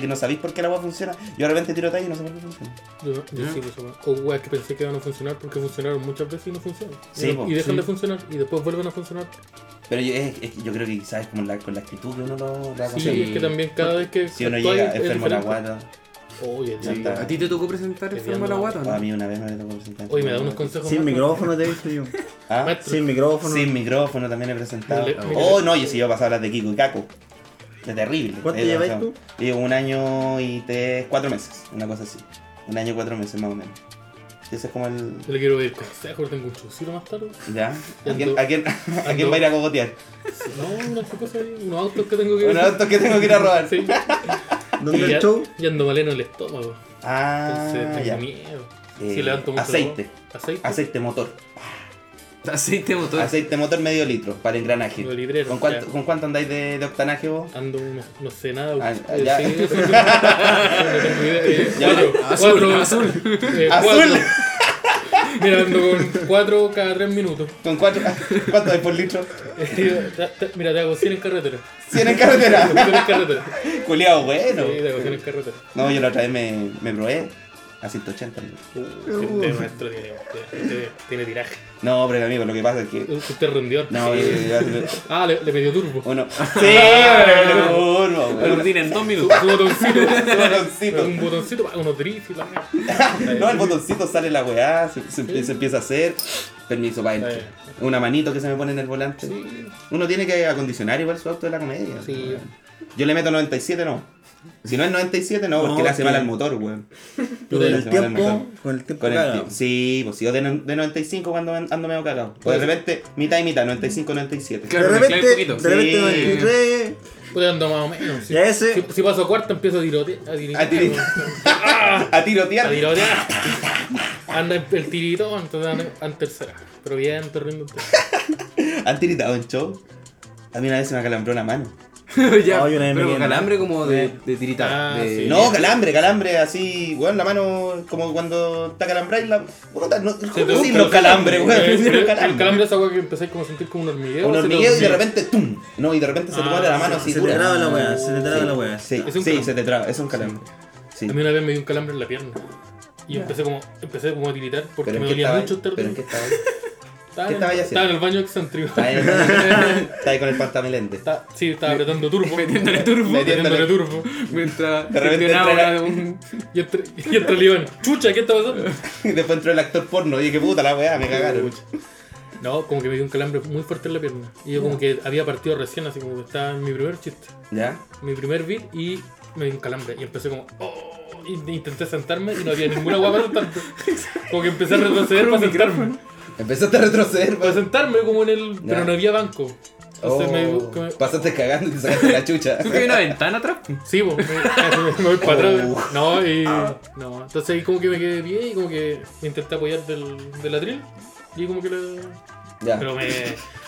Speaker 3: [laughs] que no sabéis por qué la weá funciona. Yo de repente tiro talla y no sé por qué funciona.
Speaker 4: Yo, yo
Speaker 2: ¿Ya?
Speaker 4: sí lo sabía. O weas que pensé que iban a funcionar porque funcionaron muchas veces y no funcionan.
Speaker 3: Sí,
Speaker 4: y,
Speaker 3: po,
Speaker 4: y dejan
Speaker 2: sí.
Speaker 4: de funcionar y después vuelven a funcionar.
Speaker 3: Pero yo, es- es que yo creo que quizás es como la, con la actitud que uno lo, lo
Speaker 4: Sí,
Speaker 3: aconseja.
Speaker 4: es que también cada vez que.
Speaker 3: Ah, Si uno
Speaker 4: actúas
Speaker 3: llega
Speaker 4: es
Speaker 3: enfermo de la
Speaker 4: diferente.
Speaker 3: guata,
Speaker 4: Oye,
Speaker 3: Ya
Speaker 4: sí.
Speaker 3: está.
Speaker 2: ¿A ti te tocó presentar enfermo a la guata,
Speaker 3: a
Speaker 2: no?
Speaker 3: mí una vez me tocó presentar.
Speaker 4: Oye, me da unos consejos.
Speaker 1: Sin
Speaker 4: más,
Speaker 1: micrófono te he visto yo.
Speaker 3: ¿Ah?
Speaker 4: Maestro.
Speaker 1: [laughs] Sin micrófono.
Speaker 3: Sin micrófono también he presentado.
Speaker 4: Mira, mira.
Speaker 3: Oh, no, yo sí, yo pasaba las de Kiko y Kaku. Es terrible.
Speaker 1: ¿Cuánto
Speaker 3: Eh,
Speaker 1: lleváis
Speaker 3: o sea,
Speaker 1: tú?
Speaker 3: Llevo un año y tres, cuatro meses, una cosa así. Un año y cuatro meses más o menos. Ese es como el...
Speaker 4: Yo le quiero pedir consejos, tengo un chucito más tarde.
Speaker 3: ¿Ya? ¿A quién,
Speaker 4: Ando-
Speaker 3: a quién, a quién
Speaker 4: ando-
Speaker 3: va a ir a cogotear?
Speaker 4: No, unas cosas ahí, unos autos que tengo que
Speaker 3: Unos autos que tengo que ir a robar.
Speaker 4: Sí.
Speaker 1: ¿Dónde
Speaker 4: Y
Speaker 1: el
Speaker 4: ya-
Speaker 1: show?
Speaker 4: Y ando maleno el estómago.
Speaker 3: Ah,
Speaker 4: Entonces tengo
Speaker 3: ya.
Speaker 4: miedo.
Speaker 3: Eh,
Speaker 4: si levanto mucho la
Speaker 3: aceite.
Speaker 4: voz. Aceite.
Speaker 3: Aceite motor.
Speaker 2: Aceite de motor.
Speaker 3: Aceite motor medio litro para engranaje.
Speaker 4: Ah. Medio litrero,
Speaker 3: ¿Con,
Speaker 4: ya.
Speaker 3: cuánto, ¿Con cuánto andáis de, de octanaje vos?
Speaker 4: Ando, no, no sé nada.
Speaker 3: Ah,
Speaker 4: eh,
Speaker 3: ah, ya.
Speaker 4: sí,
Speaker 3: [laughs]
Speaker 4: [laughs] eso sí. No tengo idea. Eh,
Speaker 3: Ya,
Speaker 4: cuatro,
Speaker 2: azul, [laughs]
Speaker 4: cuatro,
Speaker 2: azul.
Speaker 4: eh,
Speaker 3: ¡Azul!
Speaker 4: cuatro. Mira, ando con cuatro cada tres minutos. [laughs]
Speaker 3: ¿Con cuatro? [laughs] ¿Cuánto hay por litro?
Speaker 4: Eh, ta- ta- Mira, te hago 100 en carretera.
Speaker 3: 100 en
Speaker 4: Te
Speaker 3: carretera.
Speaker 4: [laughs] hago 100 en carretera.
Speaker 3: Culeado,
Speaker 4: Sí,
Speaker 3: bueno.
Speaker 4: te hago 100 en carretera.
Speaker 3: No, yo la otra vez me, me probé a 180. amigo.
Speaker 4: Uh, este maestro tiene, este tiene tiraje.
Speaker 3: No, pero amigo, lo que pasa es que.
Speaker 4: Usted rindió.
Speaker 3: No, eh. yo- yo- yo-
Speaker 4: Ah, le, le metió turbo. [laughs]
Speaker 3: uno. Sí, pero el turbo,
Speaker 2: Lo
Speaker 3: bueno.
Speaker 2: tiene en dos
Speaker 4: Su,
Speaker 2: minutos.
Speaker 3: [laughs]
Speaker 4: su botoncito.
Speaker 3: El botoncito.
Speaker 4: Un botoncito para unos drifts y la mierda.
Speaker 3: No, el botoncito sale la weá, se, se- se empieza a hacer. Permiso para
Speaker 4: Sí.
Speaker 3: él. Una manito que se me pone en el volante.
Speaker 4: Sí.
Speaker 3: Uno tiene que acondicionar igual su auto de la comedia.
Speaker 4: Sí.
Speaker 3: weón. Yo le meto 97, no. Si no es 97, no,
Speaker 1: No,
Speaker 3: porque le hace
Speaker 1: que-
Speaker 3: mal al motor, weón.
Speaker 1: Con
Speaker 3: Puta,
Speaker 1: el
Speaker 3: la semana
Speaker 1: tiempo,
Speaker 3: pasada.
Speaker 1: con el tiempo
Speaker 3: Con el
Speaker 1: caga.
Speaker 3: tiempo. Sí, pues si yo de, no- de 95 cuando an- ando medio cagado. O de repente, mitad y mitad, 95, 97.
Speaker 1: De
Speaker 2: Claro, mezclar
Speaker 1: repente,
Speaker 2: un
Speaker 1: de
Speaker 2: poquito.
Speaker 1: repente
Speaker 3: Sí.
Speaker 1: 93,
Speaker 4: Pues ando más o menos. Si,
Speaker 1: Ya ese-
Speaker 4: si, si paso a cuarta empiezo a tirotear. A tirotear.
Speaker 3: A tiri- a tirotear.
Speaker 4: A tirotear. Anda el- el tirito, entonces ando en tercera. Pero bien, te rindo. te-
Speaker 3: ¿Han tiritado en show? A mí una vez se me acalambró la mano.
Speaker 2: [laughs] ya,
Speaker 1: No, yo una
Speaker 2: pero
Speaker 1: vez me quedé
Speaker 2: con calambre
Speaker 1: mal.
Speaker 2: como de, de tiritar.
Speaker 4: Ah,
Speaker 2: de-
Speaker 4: sí.
Speaker 3: Eh. No, calambre, calambre, así, weón, la mano como cuando te acalambráis la. Puta, no,
Speaker 4: te-
Speaker 3: ¿cómo decís los calambres, weón?
Speaker 4: Eh,
Speaker 3: Los
Speaker 4: El, el
Speaker 3: calambres.
Speaker 4: calambre es agua que empezáis como a sentir como un hormigueo.
Speaker 3: Un
Speaker 4: se te
Speaker 3: hormigueo y de
Speaker 4: hormiguea.
Speaker 3: repente ¡tum! No, y de repente se te
Speaker 4: Ah,
Speaker 3: pone la mano
Speaker 4: sí,
Speaker 3: así
Speaker 1: se te
Speaker 3: dura.
Speaker 1: traba la weá, se te traba la weá.
Speaker 3: Sí,
Speaker 4: Es
Speaker 3: sí
Speaker 4: un calambre.
Speaker 3: se te traba, es un calambre. Sí.
Speaker 4: A mí una vez me dio un calambre en la pierna. Y empecé como, empecé como a tiritar porque
Speaker 3: Pero
Speaker 4: me
Speaker 3: en qué
Speaker 4: dolía
Speaker 3: estaba.
Speaker 4: mucho estar
Speaker 3: Pero en qué estaba. ¿qué estaba
Speaker 4: estaba, en-
Speaker 3: ahí
Speaker 4: estaba en
Speaker 3: haciendo?
Speaker 4: el baño excéntrico.
Speaker 3: Estaba ahí-
Speaker 4: [laughs]
Speaker 3: Estaba ahí con el pantamelente.
Speaker 4: Estaba- Sí, estaba apretando turbo.
Speaker 2: Metiéndole turbo.
Speaker 4: Metiéndole turbo.
Speaker 2: Mientras
Speaker 3: De repente
Speaker 2: gestionaba
Speaker 3: entra la-
Speaker 2: un-
Speaker 4: Y entra, y entra el Iván. Chucha, ¿qué está pasando?
Speaker 3: Y [laughs] después entró el actor porno y dije, puta la weá, me cagaron.
Speaker 4: No, como que me dio un calambre muy fuerte en la pierna. Y yo como que había partido recién, así como que estaba en mi primer chiste,
Speaker 3: ¿Ya?
Speaker 4: mi primer beat y me dio un calambre. Y empecé como, oh, y y intenté sentarme y no había ninguna guapa sentarme. Como que empecé a retroceder para sentarme.
Speaker 3: Empezaste a retroceder,
Speaker 4: Para
Speaker 3: weón.
Speaker 4: sentarme como en el...
Speaker 3: Ya.
Speaker 4: Pero no había banco. Entonces
Speaker 3: Oh,
Speaker 4: me... como-
Speaker 3: Pasaste cagando y te sacaste la
Speaker 4: [laughs]
Speaker 3: chucha.
Speaker 2: ¿Tú que hay una ventana atrás?
Speaker 4: Sí, pues, me, [laughs] me voy
Speaker 3: Oh.
Speaker 4: para atrás. No, y. No. Entonces ahí como que me quedé de pie y como que me intenté apoyar del, del atril. Y como que la.
Speaker 3: Ya.
Speaker 4: Pero me.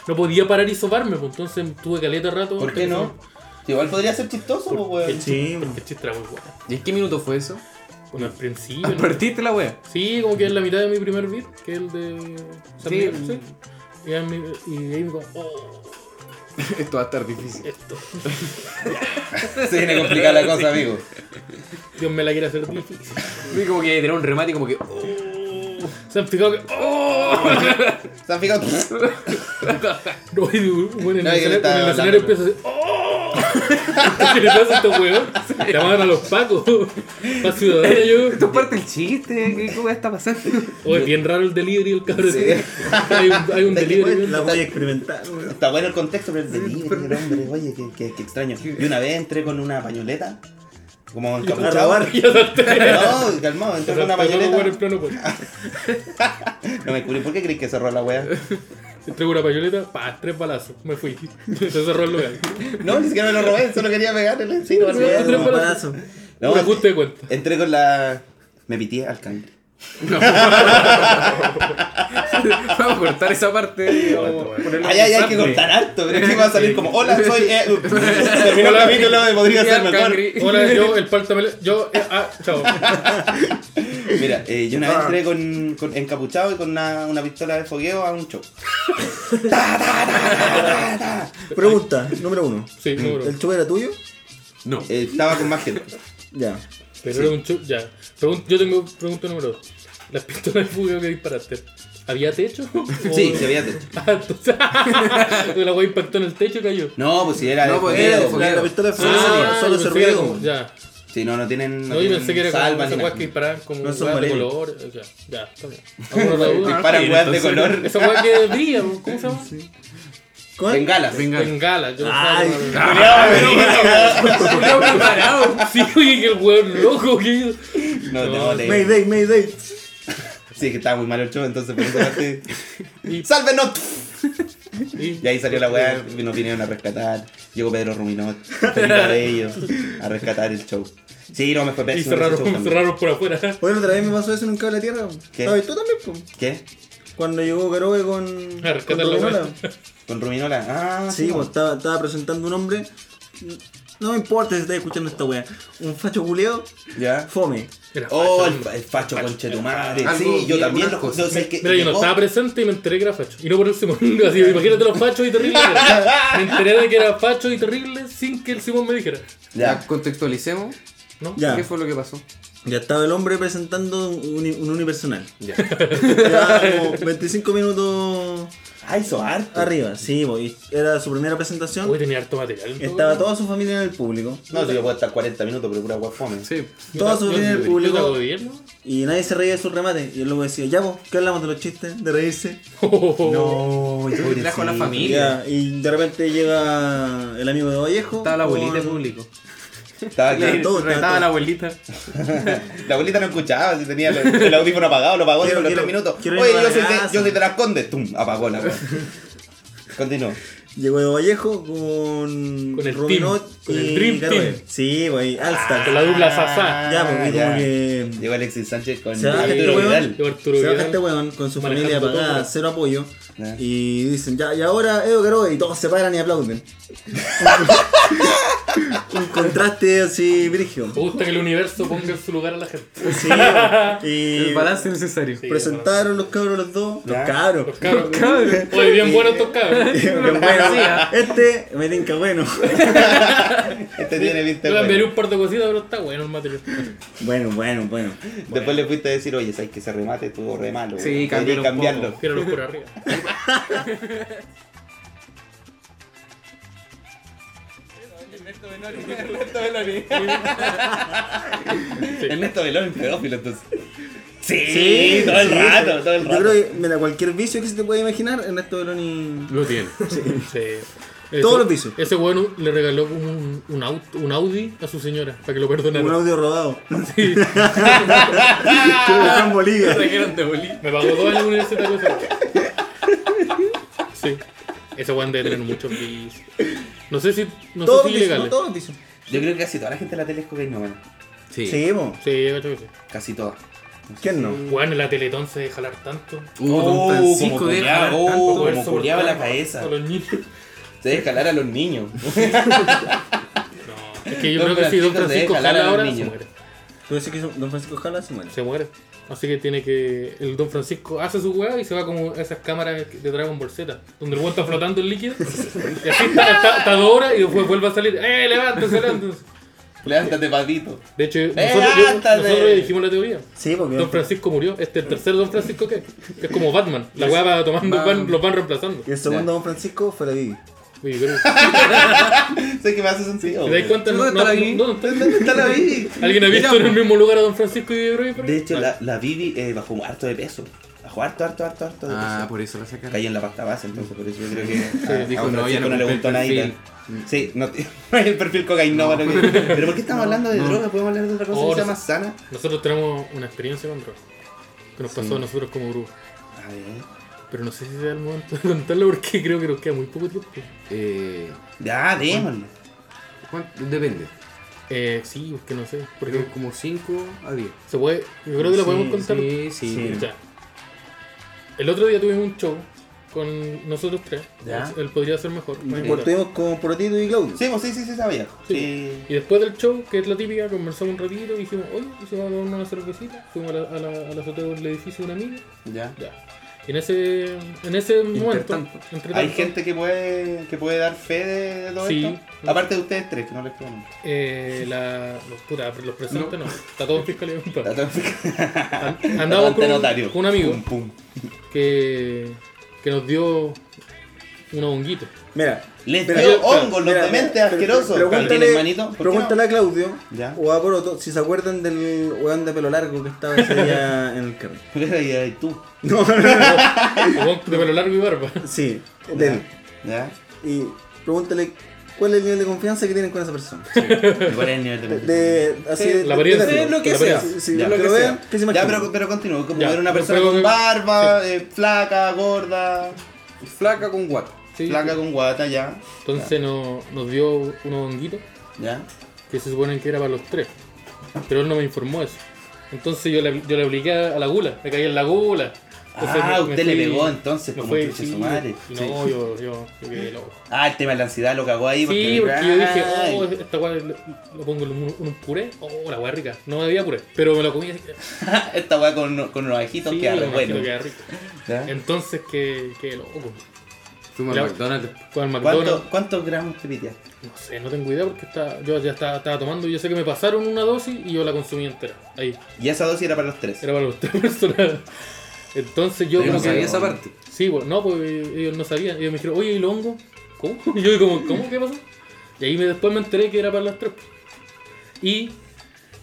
Speaker 4: No podía parar y soparme, pues entonces tuve caleta rato.
Speaker 3: ¿Por qué no? Igual podría ser chistoso, pues,
Speaker 4: El
Speaker 3: weón.
Speaker 1: Sí,
Speaker 4: chiste, porque el chiste era muy bueno.
Speaker 2: ¿Y en qué minuto fue eso?
Speaker 4: Bueno, al
Speaker 2: Ah,
Speaker 4: principio. ¿no?
Speaker 2: [laughs] Partiste la wea.
Speaker 4: Sí, como que en la mitad de mi primer beat, que es el de. San
Speaker 2: Sí.
Speaker 4: Miguel, sí. Y, ahí me- y ahí me como, oh,
Speaker 2: Esto va a estar difícil.
Speaker 4: esto.
Speaker 3: [laughs] Se viene complicada la cosa, amigo.
Speaker 4: Dios me la quiere hacer difícil.
Speaker 2: Vi como que tiró un remate y como que. oh,
Speaker 4: [laughs] Se han fijado que. ¡Oh! [laughs]
Speaker 3: ¿Se han fijado? [laughs]
Speaker 4: No, y digo, bueno, en
Speaker 3: No,
Speaker 4: el
Speaker 3: yo le
Speaker 4: escenario,
Speaker 3: estaba
Speaker 4: en el
Speaker 3: hablando.
Speaker 4: escenario empieza a decir, ¡Oh! [laughs] ¿Qué le pasa a estos huevos? Llamaron a los pacos. [laughs] Pa' ciudadana
Speaker 2: Esto es
Speaker 4: yo.
Speaker 2: parte del chiste. ¿Qué qué wea está pasando?
Speaker 4: Oh, es bien raro el delivery, el cabrón.
Speaker 3: Sí.
Speaker 4: [laughs] Hay un,
Speaker 3: [laughs]
Speaker 4: hay
Speaker 3: ¿Sabes
Speaker 4: un
Speaker 3: qué,
Speaker 4: delivery.
Speaker 1: la voy a experimentar. weón.
Speaker 3: Está bueno el contexto, pero el delivery, el hombre, oye, qué, qué- qué extraño. Y una vez entré con una pañoleta, como
Speaker 1: A
Speaker 3: encapuchado.
Speaker 1: robar.
Speaker 4: Y asalté.
Speaker 3: [laughs] No, calmado, entré con una
Speaker 4: en
Speaker 3: pañoleta.
Speaker 4: plano, pues.
Speaker 3: No me cubrí, ¿por qué crees que cerró la weá?
Speaker 4: Entrego una payoleta, pa, tres balazos. Me fui. [laughs] Se cerró el lugar.
Speaker 3: No, ni siquiera me lo robé, solo quería pegarle. Sí, no,
Speaker 1: Sí,
Speaker 3: no,
Speaker 1: como palazo.
Speaker 4: Un ajuste de cuenta.
Speaker 3: Entré con la. Me pitié al cangre.
Speaker 2: [laughs] Vamos a cortar esa parte. vamos a ponerlo
Speaker 3: Ay, ay,
Speaker 2: en
Speaker 3: hay que
Speaker 2: sangre.
Speaker 3: cortar harto, pero aquí va a salir como: Hola, soy. Eh,
Speaker 4: [laughs]
Speaker 3: uh, terminó el
Speaker 4: Hola,
Speaker 3: capítulo, me podría
Speaker 2: Sí,
Speaker 3: ser
Speaker 2: al
Speaker 3: mejor.
Speaker 2: cangre.
Speaker 4: Hola, yo, el paltamele. Yo, eh, ah, chao.
Speaker 3: Mira, eh, yo una vez
Speaker 4: Ah.
Speaker 3: entré con, con- encapuchado y con una, una pistola de fogueo a un show.
Speaker 1: Pregunta número uno.
Speaker 4: Sí, número.
Speaker 1: ¿El chupa era tuyo?
Speaker 2: No.
Speaker 3: Eh, estaba con más gente.
Speaker 4: Oh.
Speaker 1: Ya.
Speaker 4: Pero era un chu- Ya. Pregun- yo tengo pregunta número dos. Las pistolas de fuego que disparaste. ¿Había techo? [laughs]
Speaker 3: Sí,
Speaker 4: O-
Speaker 3: se había techo.
Speaker 4: Ah, entonces. [laughs] la wea impactó en el techo y cayó.
Speaker 3: No, pues si era
Speaker 2: No,
Speaker 3: de
Speaker 2: pues,
Speaker 3: fogueo.
Speaker 2: era de
Speaker 1: Eh, La, la pistola de fuego
Speaker 4: Ah,
Speaker 1: solo, solo
Speaker 4: yo pensé
Speaker 1: servía
Speaker 4: que era
Speaker 1: como.
Speaker 4: Ya.
Speaker 3: pues. Sí, no, no tienen.
Speaker 4: No, yo pensé que era como
Speaker 3: salva ni
Speaker 4: esas weas
Speaker 3: nada.
Speaker 4: que disparaban como
Speaker 1: No son
Speaker 4: weas de
Speaker 1: varela.
Speaker 4: color. O sea, ya, está bien. Vamos a la duda.
Speaker 3: Disparan
Speaker 2: Sí,
Speaker 3: weas de
Speaker 2: entonces-
Speaker 3: color.
Speaker 4: Esa wea que brilla, ¿cómo se llama?
Speaker 1: ¿Cuál?
Speaker 3: Bengalas.
Speaker 2: Venga.
Speaker 4: Bengala. Yo
Speaker 1: Ay,
Speaker 4: pensaba-
Speaker 2: Culiao preparado.
Speaker 4: Sí, oye, que el weón loco que yo.
Speaker 3: No,
Speaker 4: No,
Speaker 3: no, te-
Speaker 1: Mayday, Mayday.
Speaker 3: Sí, que estaba muy mal el show, entonces
Speaker 4: [laughs]
Speaker 3: por eso parte.
Speaker 4: Y-
Speaker 3: ¡Sálvenos!
Speaker 4: y-
Speaker 3: Y ahí salió la weá, nos vinieron a rescatar. Llegó Pedro Ruminot, Felipe Bello, a rescatar el show. Sí, no, me fue
Speaker 4: Y
Speaker 3: pésimo. ese show
Speaker 4: cerraron,
Speaker 3: también.
Speaker 4: cerraron por afuera.
Speaker 1: Bueno, otra vez me pasó eso en un cable de tierra.
Speaker 3: ¿Qué?
Speaker 1: ¿Sabes tú también, po?
Speaker 3: ¿Qué?
Speaker 1: Cuando llegó Garobe con.
Speaker 4: A rescatar
Speaker 1: con
Speaker 4: la
Speaker 1: Rubinola.
Speaker 4: abuela.
Speaker 3: ¿Con Ruminola? Ah,
Speaker 1: Sí,
Speaker 3: no.
Speaker 1: pues estaba, estaba presentando un hombre. No me importa si estás escuchando esta wea. Un facho culeo.
Speaker 3: Ya.
Speaker 1: Fome.
Speaker 4: Mira,
Speaker 3: Oh,
Speaker 4: facho,
Speaker 3: el, el facho conchetumare.
Speaker 2: Algo
Speaker 3: Sí, yo
Speaker 2: vi
Speaker 3: también
Speaker 2: algunas
Speaker 3: lo
Speaker 2: cosas.
Speaker 3: no, sé que-
Speaker 4: Mira, yo no
Speaker 3: llegó-
Speaker 4: estaba presente y me enteré que era facho. Y no por el Simón. [laughs] Así, imagínate los fachos y terribles. que era. Me enteré de que era facho y terrible sin que el Simón me dijera.
Speaker 2: Ya
Speaker 3: Ya.
Speaker 2: contextualicemos.
Speaker 4: ¿No?
Speaker 1: Ya.
Speaker 2: ¿Qué fue lo que pasó?
Speaker 1: Ya estaba el hombre presentando un, uni-
Speaker 2: [laughs]
Speaker 1: un unipersonal.
Speaker 2: Ya.
Speaker 1: Llevaba como 25 minutos
Speaker 3: Ah, hizo harto.
Speaker 1: arriba. Sí, po, y era su primera presentación.
Speaker 4: Uy, tenía harto material.
Speaker 1: Estaba toda su familia en el público.
Speaker 3: No, si yo puedo estar 40 minutos, pero pura weá fome.
Speaker 2: Sí.
Speaker 1: Toda su familia en el
Speaker 4: público.
Speaker 1: público. Y nadie se reía de sus remates. Y él luego decía, ya, po, ¿qué hablamos de los chistes? ¿De reírse?
Speaker 3: No, y
Speaker 2: Uy, trajo a la
Speaker 3: pobrecito.
Speaker 2: familia.
Speaker 1: Ya, y de repente llega el amigo de Vallejo.
Speaker 2: Estaba la abuelita en
Speaker 1: con-
Speaker 2: público.
Speaker 3: Estaba aquí.
Speaker 1: Ya,
Speaker 2: Le
Speaker 1: todo, ya,
Speaker 2: retaba a
Speaker 1: todo.
Speaker 2: la abuelita.
Speaker 3: La abuelita no escuchaba, si tenía el, el audífono apagado, lo apagó
Speaker 1: Quiero-
Speaker 3: en los
Speaker 1: quiero-
Speaker 3: tres minutos.
Speaker 1: quiero
Speaker 3: Oye,
Speaker 1: irme a
Speaker 3: yo
Speaker 1: la
Speaker 3: soy, de,
Speaker 1: casa.
Speaker 3: yo soy de las Condes. ¡Tum! Apagó la weá. Continúo.
Speaker 1: Llegó de Vallejo con.
Speaker 4: Con el
Speaker 1: Rubinot
Speaker 4: team, con
Speaker 1: y
Speaker 4: el Dream
Speaker 1: Garoe.
Speaker 4: Team. Ah,
Speaker 1: Sí, güey,
Speaker 4: [laughs]
Speaker 1: Alstar.
Speaker 4: Con la dupla Ah, Zazá.
Speaker 1: Ya, porque
Speaker 3: ya.
Speaker 1: como que.
Speaker 3: Llegó Alexis Sánchez con
Speaker 1: Se baja este
Speaker 3: Arturo
Speaker 1: weón.
Speaker 3: Vidal.
Speaker 4: Con Arturo
Speaker 1: se baja
Speaker 4: Vidal.
Speaker 1: este weón con
Speaker 4: Manejando
Speaker 1: su familia
Speaker 4: todo,
Speaker 1: pagada,
Speaker 4: güey.
Speaker 1: cero apoyo.
Speaker 3: Ya.
Speaker 1: Y dicen, ya, y ahora Edo Garoe. Y todos se paran
Speaker 4: [laughs]
Speaker 1: y aplauden. Un contraste así, brígido.
Speaker 4: Me gusta que el universo ponga en su lugar a la gente.
Speaker 1: [laughs]
Speaker 4: [laughs]
Speaker 1: Sí, güey. y
Speaker 2: El balance necesario. [laughs]
Speaker 4: Sí.
Speaker 1: presentaron los cabros los dos. Los
Speaker 3: Ya.
Speaker 1: cabros.
Speaker 4: Los
Speaker 1: [laughs]
Speaker 4: cabros. Oye, bien buenos estos cabros. [laughs]
Speaker 1: Pero bueno,
Speaker 4: ¿ah?
Speaker 1: este me tinca bueno. [laughs]
Speaker 3: Este tiene viste.
Speaker 4: Yo cambiaría
Speaker 3: weón.
Speaker 4: un par de cositas, pero está bueno el material.
Speaker 1: Bueno, bueno, bueno.
Speaker 3: Después le fuiste a decir, oye, sabes que ese remate estuvo re malo.
Speaker 2: Sí,
Speaker 3: weón.
Speaker 2: cámbialo
Speaker 3: Deberías
Speaker 2: un
Speaker 3: cambiarlo.
Speaker 2: poco.
Speaker 4: Tíralo por arriba.
Speaker 3: Ernesto Velón es pedófilo, entonces. Sí,
Speaker 1: Sí,
Speaker 3: todo el
Speaker 1: sí.
Speaker 3: rato, todo el
Speaker 1: Yo
Speaker 3: rato.
Speaker 1: creo que, mira, cualquier vicio que se te pueda imaginar, Ernesto Beloni.
Speaker 2: Lo tiene.
Speaker 4: [laughs] Sí.
Speaker 1: Todos
Speaker 4: Ese-
Speaker 1: los vicios.
Speaker 4: Ese weón le regaló como un, un, auto, un Audi a su señora para que lo perdonara.
Speaker 1: Un audio robado.
Speaker 4: Sí.
Speaker 1: Que lo dejó en Bolivia.
Speaker 2: Trajeron de abuelita.
Speaker 4: Me pagó todo el universitario. Sí. Ese weón debe tener muchos vicios. No sé si. No sé si
Speaker 1: Todos los vicios, no
Speaker 4: ilegales.
Speaker 1: todos los vicios.
Speaker 3: Yo creo que casi toda la gente de la tele es cocainómana.
Speaker 2: Sí.
Speaker 1: Sí, po.
Speaker 4: Sí, yo creo que sí.
Speaker 3: Casi toda.
Speaker 1: ¿Quién no?
Speaker 4: Weón, en la Teletón se debe jalar tanto.
Speaker 2: Uh, don
Speaker 3: Oh, como
Speaker 2: Francisco deja
Speaker 3: culiaba,
Speaker 2: hablar
Speaker 3: oh,
Speaker 2: tanto.
Speaker 4: Poder
Speaker 3: como culiaba la
Speaker 4: soportar
Speaker 3: cabeza.
Speaker 4: A los niños.
Speaker 3: Se deja jalar a los niños. [laughs]
Speaker 4: No. Es que yo
Speaker 3: Don
Speaker 4: creo que si
Speaker 3: Francisco se debe
Speaker 4: Don Francisco
Speaker 3: jalar a
Speaker 4: jala
Speaker 3: los
Speaker 4: ahora, se
Speaker 3: niños.
Speaker 4: muere.
Speaker 1: Tú decís que Don Francisco Jala se muere.
Speaker 4: se muere. Así que tiene que. El Don Francisco hace su hueá y se va como a esas cámaras de Dragon Ball Z, donde el hueón está flotando el líquido. Y así está, está, está dos horas y después vuelve a salir. ¡Eh, levántese, levántese!
Speaker 3: Levántate, patito.
Speaker 4: De hecho, nosotros, yo-
Speaker 3: ¡Levántate!
Speaker 4: nosotros ya dijimos la teoría.
Speaker 1: Sí, porque.
Speaker 4: Don Francisco murió. Este es el tercer Don Francisco que que es como Batman. La hueá va tomando,
Speaker 2: Va-
Speaker 4: van- los van reemplazando.
Speaker 1: Y el segundo Don Francisco fue la Vivi.
Speaker 4: Oye, pero-
Speaker 3: Sé que me hace sentido.
Speaker 4: ¿Te
Speaker 3: weón.
Speaker 4: das cuenta? No,
Speaker 2: ¿Dónde
Speaker 4: no,
Speaker 2: está la Vivi?
Speaker 4: no, no, no,
Speaker 3: ¿Dónde [laughs] está la Vivi?
Speaker 4: ¿Alguien ha visto en el mismo lugar a Don Francisco y Vivi
Speaker 3: De hecho, la, la Vivi eh, bajó harto de peso. Bajó harto, harto, harto, harto de
Speaker 2: Ah,
Speaker 3: peso.
Speaker 2: por eso la sacaron.
Speaker 3: Cayó en la pasta base, entonces por eso yo creo que a,
Speaker 2: dijo,
Speaker 3: a un
Speaker 2: no, ya no
Speaker 3: Francisco no le
Speaker 2: cumplí
Speaker 3: gustó
Speaker 2: el
Speaker 3: nadita. Sí, no, t- [laughs] no es el perfil cocainómano. que- Pero ¿por qué estamos hablando de droga? ¿Podemos hablar de otra cosa
Speaker 4: Oh,
Speaker 3: que sea
Speaker 4: no.
Speaker 3: más sana?
Speaker 4: Nosotros tenemos una experiencia con Ross que nos pasó a nosotros como grupo.
Speaker 3: A ver.
Speaker 4: Pero no sé si sea el momento de contarlo porque [laughs] creo que nos queda muy poco tiempo.
Speaker 2: Eh,
Speaker 3: Ya, démosle.
Speaker 2: ¿cuánto? Depende.
Speaker 4: Eh, sí, porque no sé. Porque
Speaker 2: Porque como 5 a 10.
Speaker 4: se puede. Yo creo que
Speaker 2: Sí,
Speaker 4: lo podemos contar.
Speaker 2: Sí, sí.
Speaker 1: Sí.
Speaker 4: Ya. El otro día tuvimos un show con nosotros tres.
Speaker 3: Ya.
Speaker 4: Él podría ser mejor. más
Speaker 1: Nos
Speaker 4: importante.
Speaker 1: portemos con Protito y Claudio.
Speaker 3: Sí, pues sí, sí, sí, sabía.
Speaker 4: Sí.
Speaker 3: Sí.
Speaker 4: Y después del show, que es la típica, conversamos un ratito y dijimos, oye, ¿y si vamos a tomar una cervecita. Fuimos a la, a la, a la azotea del edificio de una amiga.
Speaker 3: Ya.
Speaker 4: Ya. Y en ese, en ese momento,
Speaker 2: tanto.
Speaker 4: entre
Speaker 3: Hay
Speaker 4: tanto,
Speaker 3: gente que puede, que puede dar fe de, de todo
Speaker 4: Sí.
Speaker 3: esto. Aparte de ustedes tres, que no les pregunto.
Speaker 4: eh, la, los, puta, los presentes no. está todo en fiscalía.
Speaker 3: La [laughs]
Speaker 4: Andamos con, un-
Speaker 3: notario.
Speaker 4: con un amigo
Speaker 3: Pum, pum.
Speaker 4: que, que nos dio unos honguitos.
Speaker 1: Mira,
Speaker 3: Les
Speaker 1: Pero-
Speaker 3: dio
Speaker 1: pero-
Speaker 3: hongos, los
Speaker 1: mira,
Speaker 3: dementes
Speaker 1: pero-
Speaker 3: asquerosos.
Speaker 1: Pregúntale,
Speaker 3: ¿Tienen manito? ¿Por qué [laughs]
Speaker 1: pregúntale a Claudio
Speaker 3: Ya.
Speaker 1: o a Poroto si se acuerdan del weón de pelo largo que estaba ese día en el carril.
Speaker 3: no? Pero ahí hay tú.
Speaker 1: No, no, no,
Speaker 4: Huevón De pelo largo y barba.
Speaker 1: [laughs] Sí, de él.
Speaker 3: ¿Ya?
Speaker 1: Y pregúntale cuál es el nivel de confianza que tienen con esa persona.
Speaker 3: [laughs] ¿Cuál es el nivel
Speaker 1: De,
Speaker 3: de
Speaker 1: de- así
Speaker 2: Sí,
Speaker 1: de-
Speaker 4: la apariencia.
Speaker 1: de-
Speaker 4: Sí, lo que sea.
Speaker 1: Sí, sí,
Speaker 3: Ya.
Speaker 1: lo que
Speaker 2: Lo que
Speaker 1: vean,
Speaker 2: sea.
Speaker 1: que se
Speaker 3: Ya,
Speaker 1: imaginen.
Speaker 3: pero, pero continúo. Como
Speaker 4: Ya,
Speaker 3: era una
Speaker 4: pero
Speaker 3: persona
Speaker 4: creo
Speaker 3: con
Speaker 4: que-
Speaker 3: barba, eh, flaca, gorda,
Speaker 2: Flaca con guata.
Speaker 4: Sí.
Speaker 3: flaca con guata, ya.
Speaker 4: Entonces nos, nos dio unos honguitos
Speaker 3: Ya.
Speaker 4: que se suponen que era para los tres. Pero él no me informó eso. Entonces yo le, yo le apliqué a la gula, me caí en la gula. Entonces
Speaker 3: Ah,
Speaker 4: me- me
Speaker 3: usted le
Speaker 4: fui-
Speaker 3: pegó entonces, como
Speaker 4: fui,
Speaker 3: chucha
Speaker 4: sí,
Speaker 3: su madre.
Speaker 4: y No,
Speaker 3: Sí.
Speaker 4: yo, yo, yo quedé loco.
Speaker 3: Ah, el tema de la ansiedad lo cagó ahí.
Speaker 4: Sí, porque yo dije,
Speaker 3: Ay.
Speaker 4: oh, esta weá lo, lo pongo en un, un puré, oh, la weá rica. No había puré, pero me lo comí así que,
Speaker 3: [laughs] Esta weá con, con los ajitos
Speaker 4: sí,
Speaker 3: queda re
Speaker 4: me imagino
Speaker 3: bueno.
Speaker 4: que
Speaker 3: [laughs]
Speaker 4: era rico.
Speaker 3: ¿Ya?
Speaker 4: Entonces que, que loco.
Speaker 2: Fuimos
Speaker 4: Ya.
Speaker 2: al McDonald's.
Speaker 4: Con el McDonald's,
Speaker 3: ¿Cuánto- ¿Cuántos gramos te piteaste?
Speaker 4: no sé, no tengo idea porque estaba- yo ya estaba, estaba tomando. Yo sé que me pasaron una dosis y yo la consumí entera. Ahí,
Speaker 3: Y esa dosis era para los tres.
Speaker 4: era para los tres [laughs] personas. Entonces yo
Speaker 2: Yo no
Speaker 4: como
Speaker 2: sabía
Speaker 4: que.
Speaker 2: esa parte.
Speaker 4: Sí, bueno, no, pues ellos no sabían. Ellos me dijeron, oye, ¿y el hongo? ¿Cómo? [laughs] Y yo como, ¿cómo? ¿Qué pasó? Y ahí me, después me enteré que era para las tres. Y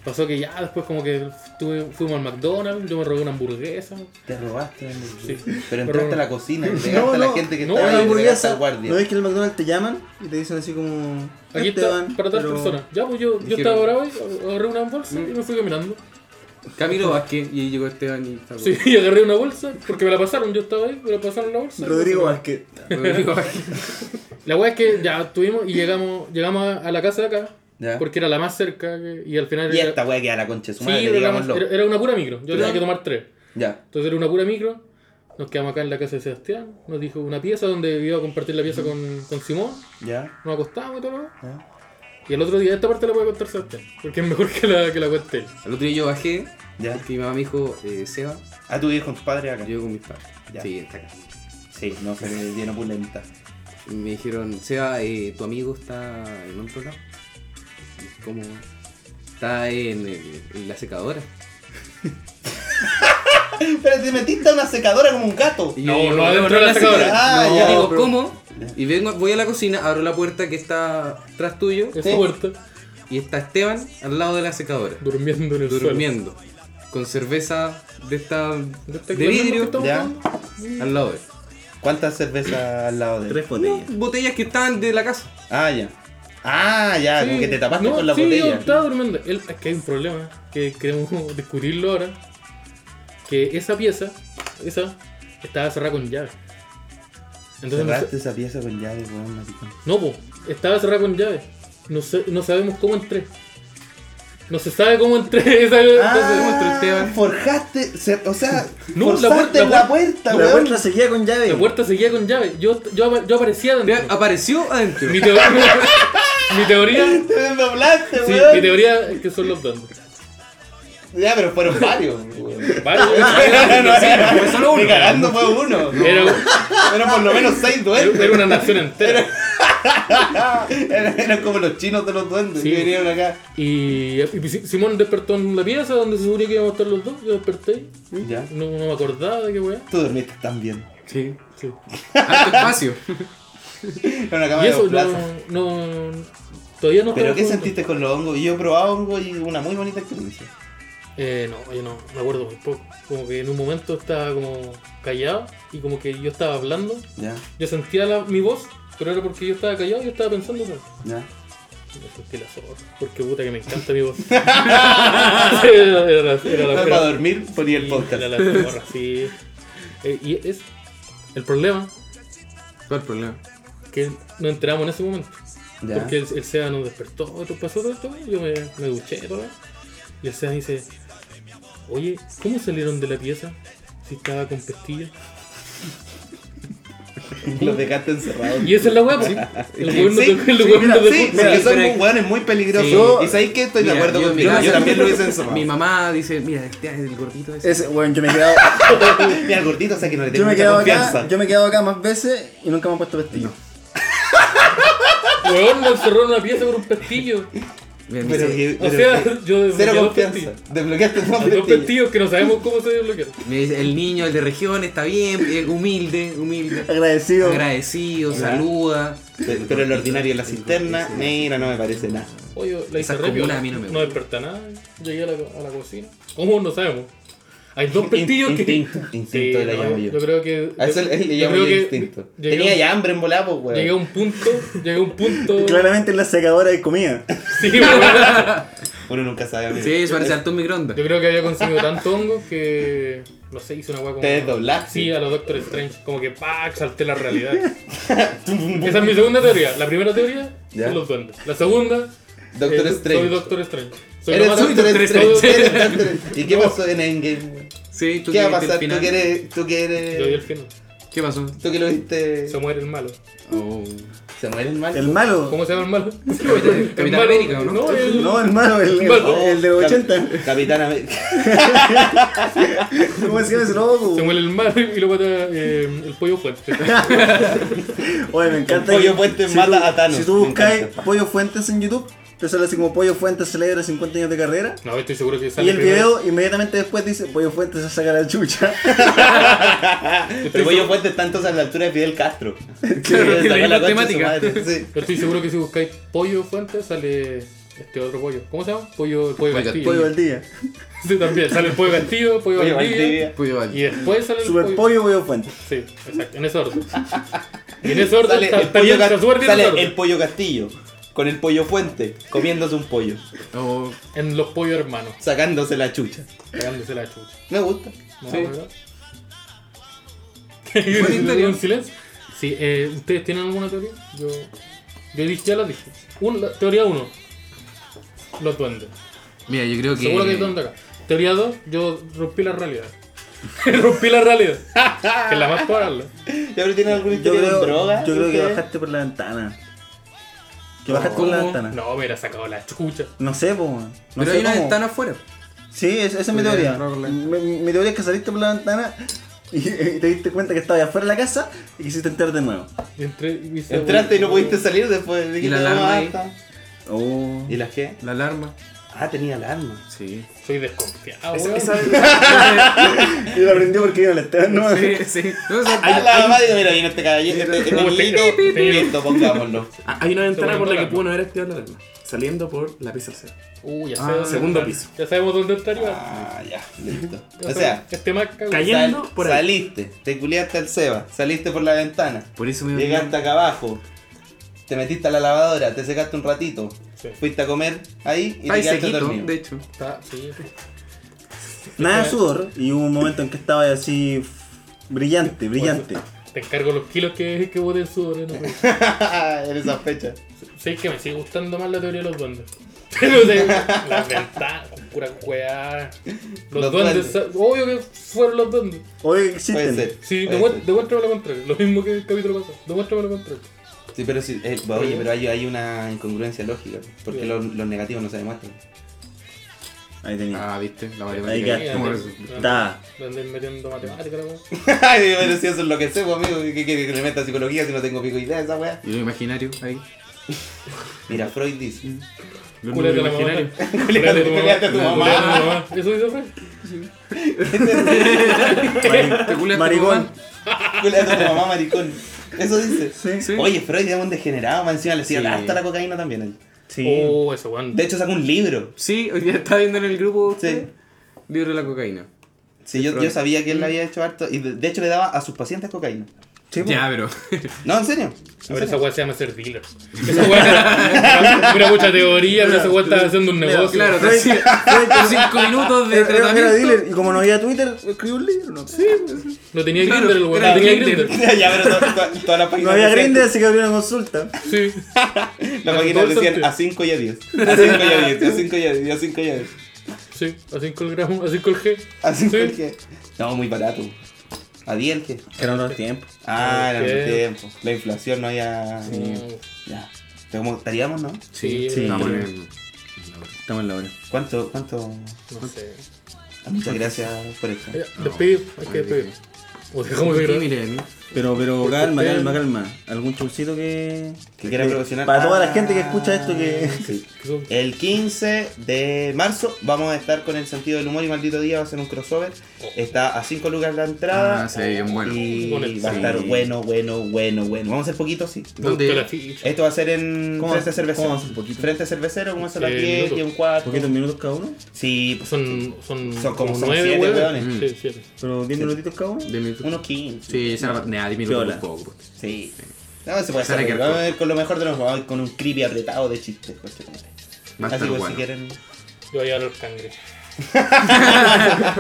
Speaker 4: pasó que ya después como que tuve- fuimos al McDonald's, yo me robé una hamburguesa.
Speaker 3: Te robaste la
Speaker 1: [laughs]
Speaker 3: hamburguesa.
Speaker 4: Sí.
Speaker 3: Pero
Speaker 4: Pero-
Speaker 3: entraste a la cocina y pegaste
Speaker 1: No,
Speaker 3: a la
Speaker 1: no,
Speaker 3: gente que
Speaker 4: no,
Speaker 3: estaba ahí
Speaker 1: Una
Speaker 3: y pegaste
Speaker 1: hamburguesa,
Speaker 3: al guardia.
Speaker 1: ¿No ves que el McDonald's te llaman y te dicen así como.
Speaker 4: Aquí
Speaker 1: Esteban,
Speaker 4: está, para todas
Speaker 1: pero-
Speaker 4: las personas. Ya, pues yo, yo
Speaker 2: Dijeron-
Speaker 4: estaba bravo y agarré una bolsa y me fui caminando.
Speaker 2: Camilo Vázquez y ahí llegó Esteban y estaba-
Speaker 4: Sí, [laughs] y agarré una bolsa porque me la pasaron, yo estaba ahí, me la pasaron la bolsa.
Speaker 1: Rodrigo Vázquez.
Speaker 2: Rodrigo Vázquez.
Speaker 4: La wea es que ya estuvimos y llegamos, llegamos a, a la casa de acá,
Speaker 3: Ya.
Speaker 4: porque era la más cerca que- y al final
Speaker 3: Y
Speaker 4: era,
Speaker 3: esta weá queda la concha de su
Speaker 4: sí,
Speaker 3: madre,
Speaker 4: era la más-
Speaker 3: digámoslo.
Speaker 4: era- era una pura micro, yo
Speaker 3: Ya.
Speaker 4: tenía que tomar tres.
Speaker 3: Ya.
Speaker 4: Entonces era una pura micro, nos quedamos acá en la casa de Sebastián, nos dijo una pieza donde iba a compartir la pieza con, con Simón,
Speaker 3: Ya.
Speaker 4: nos acostamos y todo lo demás.
Speaker 3: ya.
Speaker 4: Y el otro día esta parte la puede contar Sebastián, porque es mejor que la, que la cuente él.
Speaker 2: Al otro día yo bajé.
Speaker 3: Ya.
Speaker 2: Porque mi mamá me dijo, eh, Seba,
Speaker 3: Ah, tú vives con tus padres acá.
Speaker 2: yo con mis padres.
Speaker 3: Ya.
Speaker 2: Sí, está acá.
Speaker 3: Sí, no se le dieron pulenta.
Speaker 2: Y me dijeron, Seba, eh, tu amigo está en otro lado. Y ¿Cómo? Está en, el- en la secadora.
Speaker 3: [laughs] Pero te metiste a una secadora como un gato.
Speaker 2: Y
Speaker 4: No,
Speaker 2: yo digo,
Speaker 4: no adentro de la
Speaker 3: secadora.
Speaker 2: No,
Speaker 3: Ah, ya,
Speaker 2: digo,
Speaker 3: pero-
Speaker 2: ¿cómo? Y vengo, voy a la cocina, abro la puerta que está tras tuyo.
Speaker 4: Es
Speaker 3: Sí.
Speaker 4: su puerta,
Speaker 2: Y está Esteban al lado de la secadora.
Speaker 4: durmiendo en el suelo.
Speaker 2: Durmiendo. Con cerveza de esta.
Speaker 4: ¿De
Speaker 2: de
Speaker 4: este que-
Speaker 2: vidrio.
Speaker 4: que estamos
Speaker 3: Ya.
Speaker 4: tomando?
Speaker 2: Al lado de él.
Speaker 3: ¿Cuántas cervezas al lado de él?
Speaker 1: Tres botellas.
Speaker 2: Botellas que estaban de la casa.
Speaker 3: Ah, ya. Ah, ya, como
Speaker 4: Sí.
Speaker 3: que te tapaste
Speaker 4: No,
Speaker 3: con la
Speaker 4: sí, Yo
Speaker 3: botella.
Speaker 4: estaba durmiendo. El- es que hay un problema que queremos [laughs] descubrirlo ahora. Que esa pieza, esa, estaba cerrada con llave. Entonces, no,
Speaker 3: Cerraste
Speaker 4: sé-
Speaker 3: esa pieza con llave, weón, maricón.
Speaker 4: no, po, estaba cerrada con llave. No, sé- no sabemos cómo entré. No se sabe cómo entré. [laughs] esa- entonces,
Speaker 2: encontró
Speaker 3: Ah,
Speaker 2: Esteban.
Speaker 3: forjaste, cer- o sea,
Speaker 4: No, la
Speaker 3: forzaste
Speaker 4: puerta-
Speaker 3: la
Speaker 4: la
Speaker 3: puerta,
Speaker 1: La
Speaker 3: weón.
Speaker 1: puerta seguía con llave.
Speaker 4: la puerta seguía con llave. Yo, yo, yo aparecía
Speaker 2: Vean,
Speaker 4: dentro.
Speaker 2: Apareció adentro.
Speaker 4: Mi teoría, [laughs] mi
Speaker 3: [laughs]
Speaker 4: teoría,
Speaker 3: Te desdoblaste,
Speaker 4: sí, mi
Speaker 3: weón.
Speaker 4: teoría es que son los
Speaker 3: [laughs]
Speaker 4: dos.
Speaker 3: Ya, pero fueron varios,
Speaker 4: [laughs]
Speaker 3: weón.
Speaker 2: fue solo uno.
Speaker 3: Ni cagando fue uno.
Speaker 4: Era,
Speaker 3: Eran por lo menos seis
Speaker 4: Era,
Speaker 3: duendes.
Speaker 4: era una nación entera.
Speaker 3: Eran, eran como los chinos de los duendes
Speaker 4: Sí.
Speaker 3: que vinieron acá.
Speaker 4: Y, y Si- Simón despertó en la pieza donde se suponía que íbamos a estar los dos. Yo desperté.
Speaker 3: Ya.
Speaker 4: No, no me acordaba de qué weá.
Speaker 3: Tú dormiste tan bien.
Speaker 4: [laughs]
Speaker 2: Sí.
Speaker 4: Sí.
Speaker 2: Harto espacio.
Speaker 3: Era una cama
Speaker 4: Y
Speaker 3: de
Speaker 4: eso
Speaker 3: dos plazas.
Speaker 4: no, no. Todavía no
Speaker 3: ¿Pero
Speaker 4: estaba
Speaker 3: qué
Speaker 4: jugando.
Speaker 3: sentiste con los hongos? Yo he probado hongos y una muy bonita experiencia.
Speaker 4: Eh, no, yo no me acuerdo muy poco. Como que en un momento estaba como callado y como que yo estaba hablando.
Speaker 3: Ya,
Speaker 4: Yo sentía la- mi voz, pero era porque yo estaba callado y yo estaba pensando. ¿no?
Speaker 3: ya.
Speaker 4: Me sentí la zorra. Porque puta que me
Speaker 3: [laughs]
Speaker 4: encanta mi voz. [laughs] era, era- era la
Speaker 3: Para dormir ponía el
Speaker 4: Sí,
Speaker 3: podcast.
Speaker 4: la- la zorra, sí. Eh, y es el problema
Speaker 2: ¿Cuál problema?
Speaker 4: que nos enteramos en ese momento.
Speaker 3: Ya.
Speaker 4: Porque el, el SEA nos despertó, todo pasó todo esto, yo me, me duché todo. Y el SEA dice, oye, ¿cómo salieron de la pieza si estaba con pestillas?
Speaker 3: Los dejaste encerrados.
Speaker 4: Y esa es la weá, pues.
Speaker 3: [laughs]
Speaker 4: El weón no
Speaker 3: Sí,
Speaker 4: te- el
Speaker 3: sí,
Speaker 4: weón
Speaker 3: mira,
Speaker 4: no te-
Speaker 3: sí,
Speaker 2: mira,
Speaker 3: porque son
Speaker 2: mira,
Speaker 3: hueones muy
Speaker 2: sí.
Speaker 3: peligrosos. Y sabéis que estoy de
Speaker 2: Mira,
Speaker 3: acuerdo
Speaker 2: yo-
Speaker 3: con mi
Speaker 2: mira,
Speaker 3: mamá, Yo
Speaker 2: yo- [laughs]
Speaker 3: también lo hubiese
Speaker 2: Mi
Speaker 3: encerrado.
Speaker 2: mamá dice, mira, este es el gordito ese.
Speaker 1: Ese, bueno, yo me he quedado,
Speaker 3: Mira, el gordito, o sea que no le
Speaker 1: yo
Speaker 3: tengo
Speaker 1: me he
Speaker 3: mucha
Speaker 1: quedado
Speaker 3: confianza.
Speaker 1: acá, yo me he quedado acá más veces y nunca me han puesto pestillo.
Speaker 4: Weón lo encerró en una pieza con
Speaker 3: [laughs]
Speaker 4: un pestillo.
Speaker 2: Mira,
Speaker 3: Pero
Speaker 2: dice-
Speaker 3: que-
Speaker 4: O
Speaker 3: pero
Speaker 4: sea,
Speaker 3: que-
Speaker 4: yo
Speaker 3: Cero
Speaker 4: desbloqueé dos
Speaker 3: confianza.
Speaker 4: pestillos.
Speaker 3: Desbloqueaste todo
Speaker 4: Hay Dos pestillos que no sabemos cómo se desbloquearon.
Speaker 2: Me dice, el niño, el de región, está bien, es humilde, humilde.
Speaker 1: Agradecido.
Speaker 2: Agradecido,
Speaker 3: Ya.
Speaker 2: saluda.
Speaker 3: Pero pero el ordinario en la cisterna, mira, no me parece nada.
Speaker 4: Oye, la hice
Speaker 2: Esas
Speaker 4: rápido.
Speaker 2: comunas a mí no me
Speaker 4: No desperta nada. Llegué a la, a la cocina. ¿Cómo? No sabemos.
Speaker 3: [laughs]
Speaker 4: Hay dos
Speaker 3: In-
Speaker 4: pestillos que.
Speaker 3: instinto, instinto le
Speaker 4: no,
Speaker 3: llamo yo.
Speaker 4: Yo creo que.
Speaker 3: A eso
Speaker 4: yo-
Speaker 3: le, le
Speaker 4: yo
Speaker 3: llamo
Speaker 4: creo
Speaker 3: yo
Speaker 4: que
Speaker 3: instinto.
Speaker 4: llegué a
Speaker 3: Tenía
Speaker 4: un-
Speaker 3: ya hambre en volada, pues,
Speaker 4: Llegué a
Speaker 3: weón.
Speaker 4: un punto. Llegué a un
Speaker 1: [laughs]
Speaker 4: punto.
Speaker 1: Claramente en la secadora de comida.
Speaker 4: Sí, weón.
Speaker 3: Uno nunca sabe. amigo.
Speaker 2: Sí, se parece harto un microondas.
Speaker 4: Yo creo que había consumido tanto hongo que. No sé, hice una hueá como.
Speaker 3: Te desdoblaste.
Speaker 4: Sí, a los Doctor Strange. Como que ¡pac! salté la realidad.
Speaker 3: Tum,
Speaker 4: Esa es mi segunda teoría. La primera teoría
Speaker 3: Ya.
Speaker 4: son los duendes. La segunda.
Speaker 3: Doctor
Speaker 4: eh,
Speaker 3: Strange.
Speaker 4: Soy Doctor Strange. Soy
Speaker 3: Eres
Speaker 4: lo más-
Speaker 3: Doctor
Speaker 4: soy-
Speaker 3: Strange.
Speaker 4: soy-
Speaker 3: eres Doctor
Speaker 4: [laughs]
Speaker 3: Strange. ¿Y qué
Speaker 4: No.
Speaker 3: pasó en Endgame?
Speaker 2: Sí, tú
Speaker 3: ¿Qué va
Speaker 2: que viste
Speaker 3: a
Speaker 2: el
Speaker 3: pasar?
Speaker 2: final.
Speaker 3: ¿Tú que eres, tú que
Speaker 4: [laughs] Yo vi el
Speaker 3: eres,
Speaker 4: final.
Speaker 2: ¿Qué pasó?
Speaker 3: tú que lo viste?
Speaker 4: Se muere el malo.
Speaker 2: Oh.
Speaker 3: Se muere el mal.
Speaker 1: El malo.
Speaker 4: ¿Cómo se llama el malo?
Speaker 2: Capitán-
Speaker 4: El
Speaker 2: Capitán
Speaker 4: malo-
Speaker 2: América, ¿o no?
Speaker 4: No, el-
Speaker 1: No, el malo, el, el,
Speaker 2: [laughs]
Speaker 4: malo.
Speaker 1: el de los 80.
Speaker 3: Oh, Cap- Capitán
Speaker 4: [laughs]
Speaker 3: América.
Speaker 1: ¿Cómo se llama ese loco?
Speaker 4: Se muere el malo y lo mata eh, el pollo fuerte.
Speaker 1: Oye, me encanta.
Speaker 3: Pollo
Speaker 1: que-
Speaker 3: Fuentes mata
Speaker 1: tú-
Speaker 3: a Thanos.
Speaker 1: Si
Speaker 3: Me
Speaker 1: tú buscas
Speaker 3: encanta.
Speaker 1: Pollo Fuentes en YouTube, te sale así como Pollo Fuentes celebra 50 años de carrera.
Speaker 4: No, estoy seguro que sale
Speaker 1: Y el
Speaker 4: primero.
Speaker 1: video inmediatamente después dice Pollo Fuentes se saca la chucha.
Speaker 3: El pollo fuerte está entonces a la altura de Fidel Castro. [laughs]
Speaker 2: Claro,
Speaker 3: Sacó
Speaker 2: tiene la
Speaker 3: la concha de su
Speaker 2: temática.
Speaker 3: madre, sí.
Speaker 4: Yo estoy seguro que si buscáis pollo fuente sale este otro pollo. ¿Cómo se llama? Pollo, el pollo
Speaker 2: Pollo
Speaker 4: castillo.
Speaker 1: pollo al día.
Speaker 4: Sí, también. Sale el pollo castillo, pollo,
Speaker 3: Pollo
Speaker 4: Valdivia,
Speaker 3: Valdivia.
Speaker 2: Puyo Val.
Speaker 4: Y después sale el
Speaker 1: Super pollo, pollo fuente.
Speaker 4: Sí, exacto. En ese orden. Y en ese orden
Speaker 3: Sale
Speaker 4: está,
Speaker 3: el
Speaker 4: está
Speaker 3: pollo
Speaker 4: bien,
Speaker 3: Cas-
Speaker 4: está súper bien
Speaker 3: sale
Speaker 4: ese orden.
Speaker 3: el pollo castillo. Con el pollo fuente, comiéndose un pollo,
Speaker 2: Oh.
Speaker 4: En los pollos hermanos.
Speaker 3: sacándose la chucha.
Speaker 4: Pegándose la chucha.
Speaker 3: Me gusta.
Speaker 4: No,
Speaker 2: Sí.
Speaker 4: [laughs] ¿verdad? ¿Un silencio? Sí, eh, ¿ustedes tienen alguna teoría? Yo, yo dije, ya la dije. Un- la- teoría 1, los duendes.
Speaker 2: Mira, yo creo que.
Speaker 4: Seguro que hay duendes acá. Teoría 2, yo rompí la realidad. [laughs] rompí la realidad.
Speaker 3: [laughs]
Speaker 4: que es la más probable.
Speaker 3: ¿Ya pero tienen alguna
Speaker 1: Yo
Speaker 3: historia
Speaker 1: creo,
Speaker 3: con droga?
Speaker 1: yo creo que
Speaker 3: ¿Ustedes?
Speaker 1: bajaste por la ventana. Que bajaste por la
Speaker 2: ¿Cómo?
Speaker 1: ventana. No,
Speaker 4: No, me hubiera sacado la chucha.
Speaker 1: sé, po. No
Speaker 2: Pero
Speaker 1: sé
Speaker 2: hay una
Speaker 1: cómo.
Speaker 2: ventana afuera.
Speaker 1: Sí, es- esa es mi
Speaker 2: Podría
Speaker 1: teoría.
Speaker 2: entrar por la
Speaker 1: Mi, mi teoría es que saliste por la ventana y, [laughs] y te diste cuenta que estabas afuera de la casa y quisiste entrar de nuevo.
Speaker 4: Y entré y hice-
Speaker 3: Entraste y no pudiste salir después. dijiste,
Speaker 2: la alarma
Speaker 3: "Ah,
Speaker 2: ahí?
Speaker 3: está".
Speaker 1: Oh.
Speaker 3: ¿Y las
Speaker 5: [laughs]
Speaker 3: qué?
Speaker 2: La alarma.
Speaker 3: Ah, tenía alarma.
Speaker 2: Sí. [laughs]
Speaker 4: Soy desconfiado.
Speaker 2: Esa,
Speaker 4: weón.
Speaker 2: esa- esa-
Speaker 1: Y lo aprendió porque iba al Esteban, ¿no?
Speaker 2: sí, sí. No, esa-
Speaker 3: Ah, la mamá dijo, mira, viene este caballero, este, este
Speaker 4: Como
Speaker 3: niñito,
Speaker 4: te- te-
Speaker 3: listo, pongámoslo.
Speaker 5: [laughs] Ah, Hay una ventana
Speaker 4: Estoy
Speaker 5: por la que
Speaker 4: volando.
Speaker 5: pudo no haber activado la alarma. Saliendo por la pieza cero.
Speaker 4: Uh, ya
Speaker 2: Ah,
Speaker 4: sé dónde
Speaker 5: segundo
Speaker 4: está.
Speaker 5: piso.
Speaker 4: Ya sabemos dónde está arriba.
Speaker 3: Ah, ya, listo.
Speaker 4: Ya
Speaker 3: O sea,
Speaker 4: sabemos. este más cagado.
Speaker 5: Calla. Yendo por ahí.
Speaker 3: saliste, te culiaste al Seba, saliste por la ventana,
Speaker 2: Por eso me
Speaker 3: llegaste acá abajo, te metiste a la lavadora, te secaste un ratito,
Speaker 4: Sí.
Speaker 3: fuiste a comer ahí y
Speaker 2: Está ahí
Speaker 3: te quedaste
Speaker 2: sequito,
Speaker 3: dormido.
Speaker 2: de hecho.
Speaker 4: Está- sí.
Speaker 1: [laughs] Nada de sudor y hubo un momento en que estaba así brillante, brillante.
Speaker 4: Te encargo los kilos que, que boté el sudor. ¿eh? No, weón.
Speaker 3: [laughs] en esa fecha.
Speaker 4: Sí, es que me sigue gustando más la teoría de los duendes. [laughs] Pero de- las ventanas, pura weá. Los,
Speaker 3: Los
Speaker 4: duendes,
Speaker 3: duendes.
Speaker 4: sa- obvio que fueron los duendes.
Speaker 1: Hoy
Speaker 3: Puede
Speaker 1: existen.
Speaker 3: ser.
Speaker 4: Sí,
Speaker 3: puede
Speaker 4: demué-
Speaker 3: ser.
Speaker 4: demuéstrame lo contrario. Lo mismo que el capítulo pasado. Demuéstrame lo contrario.
Speaker 3: Sí, pero sí, eh, oye, pero hay, hay una incongruencia lógica, porque
Speaker 4: Bien.
Speaker 3: los, los negativos no se demuestran.
Speaker 1: Ahí tenía.
Speaker 2: Ah, viste, la
Speaker 1: Ahí
Speaker 2: matemática.
Speaker 1: quedaste.
Speaker 2: ¿Cómo
Speaker 4: Sí,
Speaker 2: es?
Speaker 1: Está.
Speaker 4: Duendes metiendo matemática, la weá.
Speaker 3: [laughs] Ay, pero si eso es lo que sé, pues, amigo, ¿qué quiere que le meta psicología si no tengo pico idea de esa weá?
Speaker 2: Y lo imaginario ahí.
Speaker 3: Mira, Freud dice. [laughs]
Speaker 2: Lo
Speaker 4: Culete
Speaker 2: número
Speaker 4: la mamá.
Speaker 2: imaginario.
Speaker 4: [laughs] Culete tu mamá.
Speaker 3: Culete a tu mamá.
Speaker 4: Culete a tu mamá. Eso dice Fred.
Speaker 2: Te culas tu
Speaker 1: Maricón.
Speaker 2: mamá.
Speaker 3: Culea a tu mamá, maricón. Eso dice.
Speaker 1: Sí.
Speaker 2: Sí.
Speaker 3: Oye, Freud era un degenerado, más encima le hacía
Speaker 2: Sí.
Speaker 3: hasta la cocaína también. él.
Speaker 1: Sí.
Speaker 4: Oh, eso, weón.
Speaker 3: De hecho, sacó un libro.
Speaker 2: Sí, hoy día estaba viendo en el grupo.
Speaker 3: Sí.
Speaker 2: Sí. Libro de la cocaína.
Speaker 3: Sí, yo, yo sabía que él le había hecho harto. Y de de hecho, le daba a sus pacientes cocaína.
Speaker 1: Sí, po.
Speaker 2: Ya, pero. [laughs]
Speaker 3: No, en serio.
Speaker 4: A ver, esa weá se llama ser dealer. Esa weá. Mira, mucha teoría, pero esa weá está haciendo un negocio.
Speaker 2: Claro, te
Speaker 1: Freud-
Speaker 2: hacía-
Speaker 1: Freud-
Speaker 2: por [laughs] cinco minutos de
Speaker 1: Era- era- era
Speaker 2: tratamiento.
Speaker 1: dealer, y como no había Twitter, escribí un libro, ¿no?
Speaker 4: No tenía
Speaker 2: Claro,
Speaker 4: Grindr el weón.
Speaker 2: era
Speaker 4: No tenía
Speaker 2: Grindr.
Speaker 4: Grindr.
Speaker 3: [laughs] ya, pero to- to- todas las
Speaker 1: No
Speaker 3: páginas.
Speaker 1: había
Speaker 3: decían-
Speaker 1: Grindr, así que abrió una consulta.
Speaker 4: Sí.
Speaker 3: Las
Speaker 4: Todo
Speaker 3: páginas
Speaker 4: el
Speaker 3: decían
Speaker 4: sentido.
Speaker 3: a 5 y a
Speaker 1: [laughs]
Speaker 3: 10. A 5 y a 10, a 5 y a 10, a 5 y a 10.
Speaker 4: Sí, a 5 el gramo, a 5 el G.
Speaker 3: A 5
Speaker 4: Sí.
Speaker 3: y a 10. No, muy barato. A 10 que.
Speaker 1: Que eran otros tiempos.
Speaker 3: Ah, en
Speaker 4: Ok.
Speaker 3: el tiempo. La inflación no había.
Speaker 4: Mm,
Speaker 3: Ya. Pero como estaríamos, ¿no?
Speaker 4: Sí,
Speaker 1: sí.
Speaker 2: Estamos en.
Speaker 1: creo.
Speaker 2: en la hora.
Speaker 1: Estamos en la hora.
Speaker 3: ¿Cuánto? ¿Cuánto? Ah,
Speaker 4: no sé.
Speaker 3: Muchas gracias por esto.
Speaker 4: Ya, Despedir, hay que
Speaker 2: Ay,
Speaker 4: despedir. O dejamos de
Speaker 2: ¿Qué
Speaker 4: grabar.
Speaker 2: mire de mí?
Speaker 1: Pero, pero calma,
Speaker 4: usted-
Speaker 1: calma, calma. ¿Algún chulcito que.
Speaker 3: Que quiera promocionar.
Speaker 1: Para toda
Speaker 3: Ah,
Speaker 1: la gente que escucha esto que.
Speaker 3: sí.
Speaker 4: Que son-
Speaker 3: El 15 de marzo vamos a estar con el sentido del humor y maldito día va a ser un crossover. Está a 5 lucas la entrada.
Speaker 2: Ah, sí, bien bueno.
Speaker 4: Con
Speaker 3: Y
Speaker 4: el-
Speaker 3: va a estar
Speaker 2: sí.
Speaker 3: bueno, bueno, bueno, bueno. Vamos a hacer poquito, sí.
Speaker 4: Puta
Speaker 2: ¿Dónde?
Speaker 4: la ficha.
Speaker 3: Esto va a ser en
Speaker 1: ¿Cómo-
Speaker 3: Frente
Speaker 1: cómo
Speaker 3: Cervecero.
Speaker 1: hace un poquito?
Speaker 3: Frente Cervecero, como a las
Speaker 4: Eh,
Speaker 3: 10 y un
Speaker 4: minutos.
Speaker 3: cuarto.
Speaker 1: [laughs] Poquitos minutos cada uno,
Speaker 3: Sí, pues,
Speaker 4: Son, son,
Speaker 3: Son como son
Speaker 4: nueve
Speaker 3: siete
Speaker 4: hueones.
Speaker 3: hueones.
Speaker 4: Sí, siete.
Speaker 1: pero 10 minutitos cada uno.
Speaker 2: ¿De minutos?
Speaker 3: unos 15.
Speaker 2: Sí, esa era. Nah, de minutos
Speaker 1: Piola.
Speaker 2: un poco.
Speaker 3: Sí. No, se puede
Speaker 2: Sara
Speaker 3: hacer.
Speaker 2: Kerko.
Speaker 3: Vamos a ver con lo mejor de los vamos a ver con un creepy apretado de chistes. coche, madre.
Speaker 2: Va a
Speaker 3: Así
Speaker 2: estar
Speaker 3: que si
Speaker 2: bueno. [laughs]
Speaker 3: quieren.
Speaker 4: Yo voy a llevar los cangri.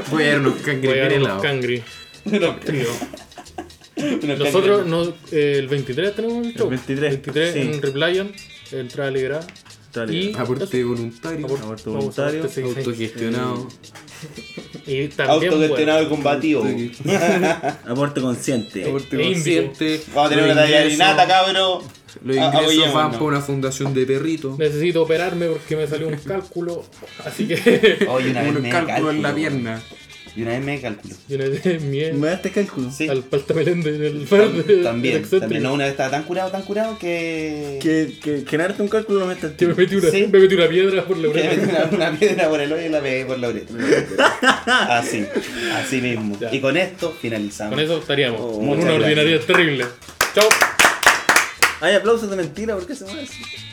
Speaker 2: Voy a dar unos
Speaker 4: Voy a
Speaker 2: cangrejos
Speaker 4: llevar los
Speaker 2: helados.
Speaker 4: cangri.
Speaker 3: unos-
Speaker 4: Trío.
Speaker 3: [laughs] unos
Speaker 4: Nosotros
Speaker 3: cangreros.
Speaker 4: no, eh, el 23 tenemos un show.
Speaker 1: 23,
Speaker 4: 23
Speaker 1: sí.
Speaker 4: en Replayon, entrada liberada.
Speaker 1: Entrada
Speaker 4: y
Speaker 1: liberada.
Speaker 2: Aporte voluntario.
Speaker 4: Aporte-
Speaker 1: Aborto
Speaker 4: vamos,
Speaker 1: voluntario,
Speaker 4: aporte, sí, sí.
Speaker 2: Autogestionado.
Speaker 4: Y también pues,
Speaker 3: Autogestionado y combativo.
Speaker 2: Autogestionado.
Speaker 1: Ah, Aporte consciente.
Speaker 4: Aporte
Speaker 2: E
Speaker 4: consciente.
Speaker 3: Vamos a tener
Speaker 2: Los
Speaker 3: una tarea de
Speaker 2: ingresos-
Speaker 3: nata, cabrón.
Speaker 2: Los
Speaker 3: Ah,
Speaker 2: ingresos
Speaker 3: apoyémonos.
Speaker 2: van para una fundación de perritos.
Speaker 4: Necesito operarme porque me
Speaker 3: [laughs]
Speaker 4: salió un cálculo. Así que. [laughs]
Speaker 2: [laughs]
Speaker 3: Oye, una vez
Speaker 2: Unos
Speaker 3: me
Speaker 2: cálculos en la
Speaker 3: calculo.
Speaker 2: pierna.
Speaker 3: Y una vez me calculo.
Speaker 4: Yo le dije
Speaker 1: ¿Me
Speaker 4: miedo
Speaker 1: das este cálculo?
Speaker 3: Sí.
Speaker 4: al palta melende en el verde.
Speaker 3: También,
Speaker 4: etcétera.
Speaker 3: también. No, una vez estaba tan curado, tan curado que.
Speaker 1: Que, que, que narrarte un cálculo no me estás
Speaker 4: Que me metí una,
Speaker 3: Sí.
Speaker 4: me metí una piedra por la
Speaker 3: que me
Speaker 4: oreja.
Speaker 3: metí [laughs] una, una piedra por el hoyo y la pegué por la
Speaker 4: [laughs]
Speaker 3: oreta. Así, así mismo.
Speaker 4: Ya.
Speaker 3: Y con esto finalizamos.
Speaker 4: Con eso estaríamos.
Speaker 1: Oh,
Speaker 4: con
Speaker 3: muchas
Speaker 4: una
Speaker 3: gracias.
Speaker 4: ordinaria terrible. Chao.
Speaker 1: Hay aplausos de mentira, ¿por qué se mueve así?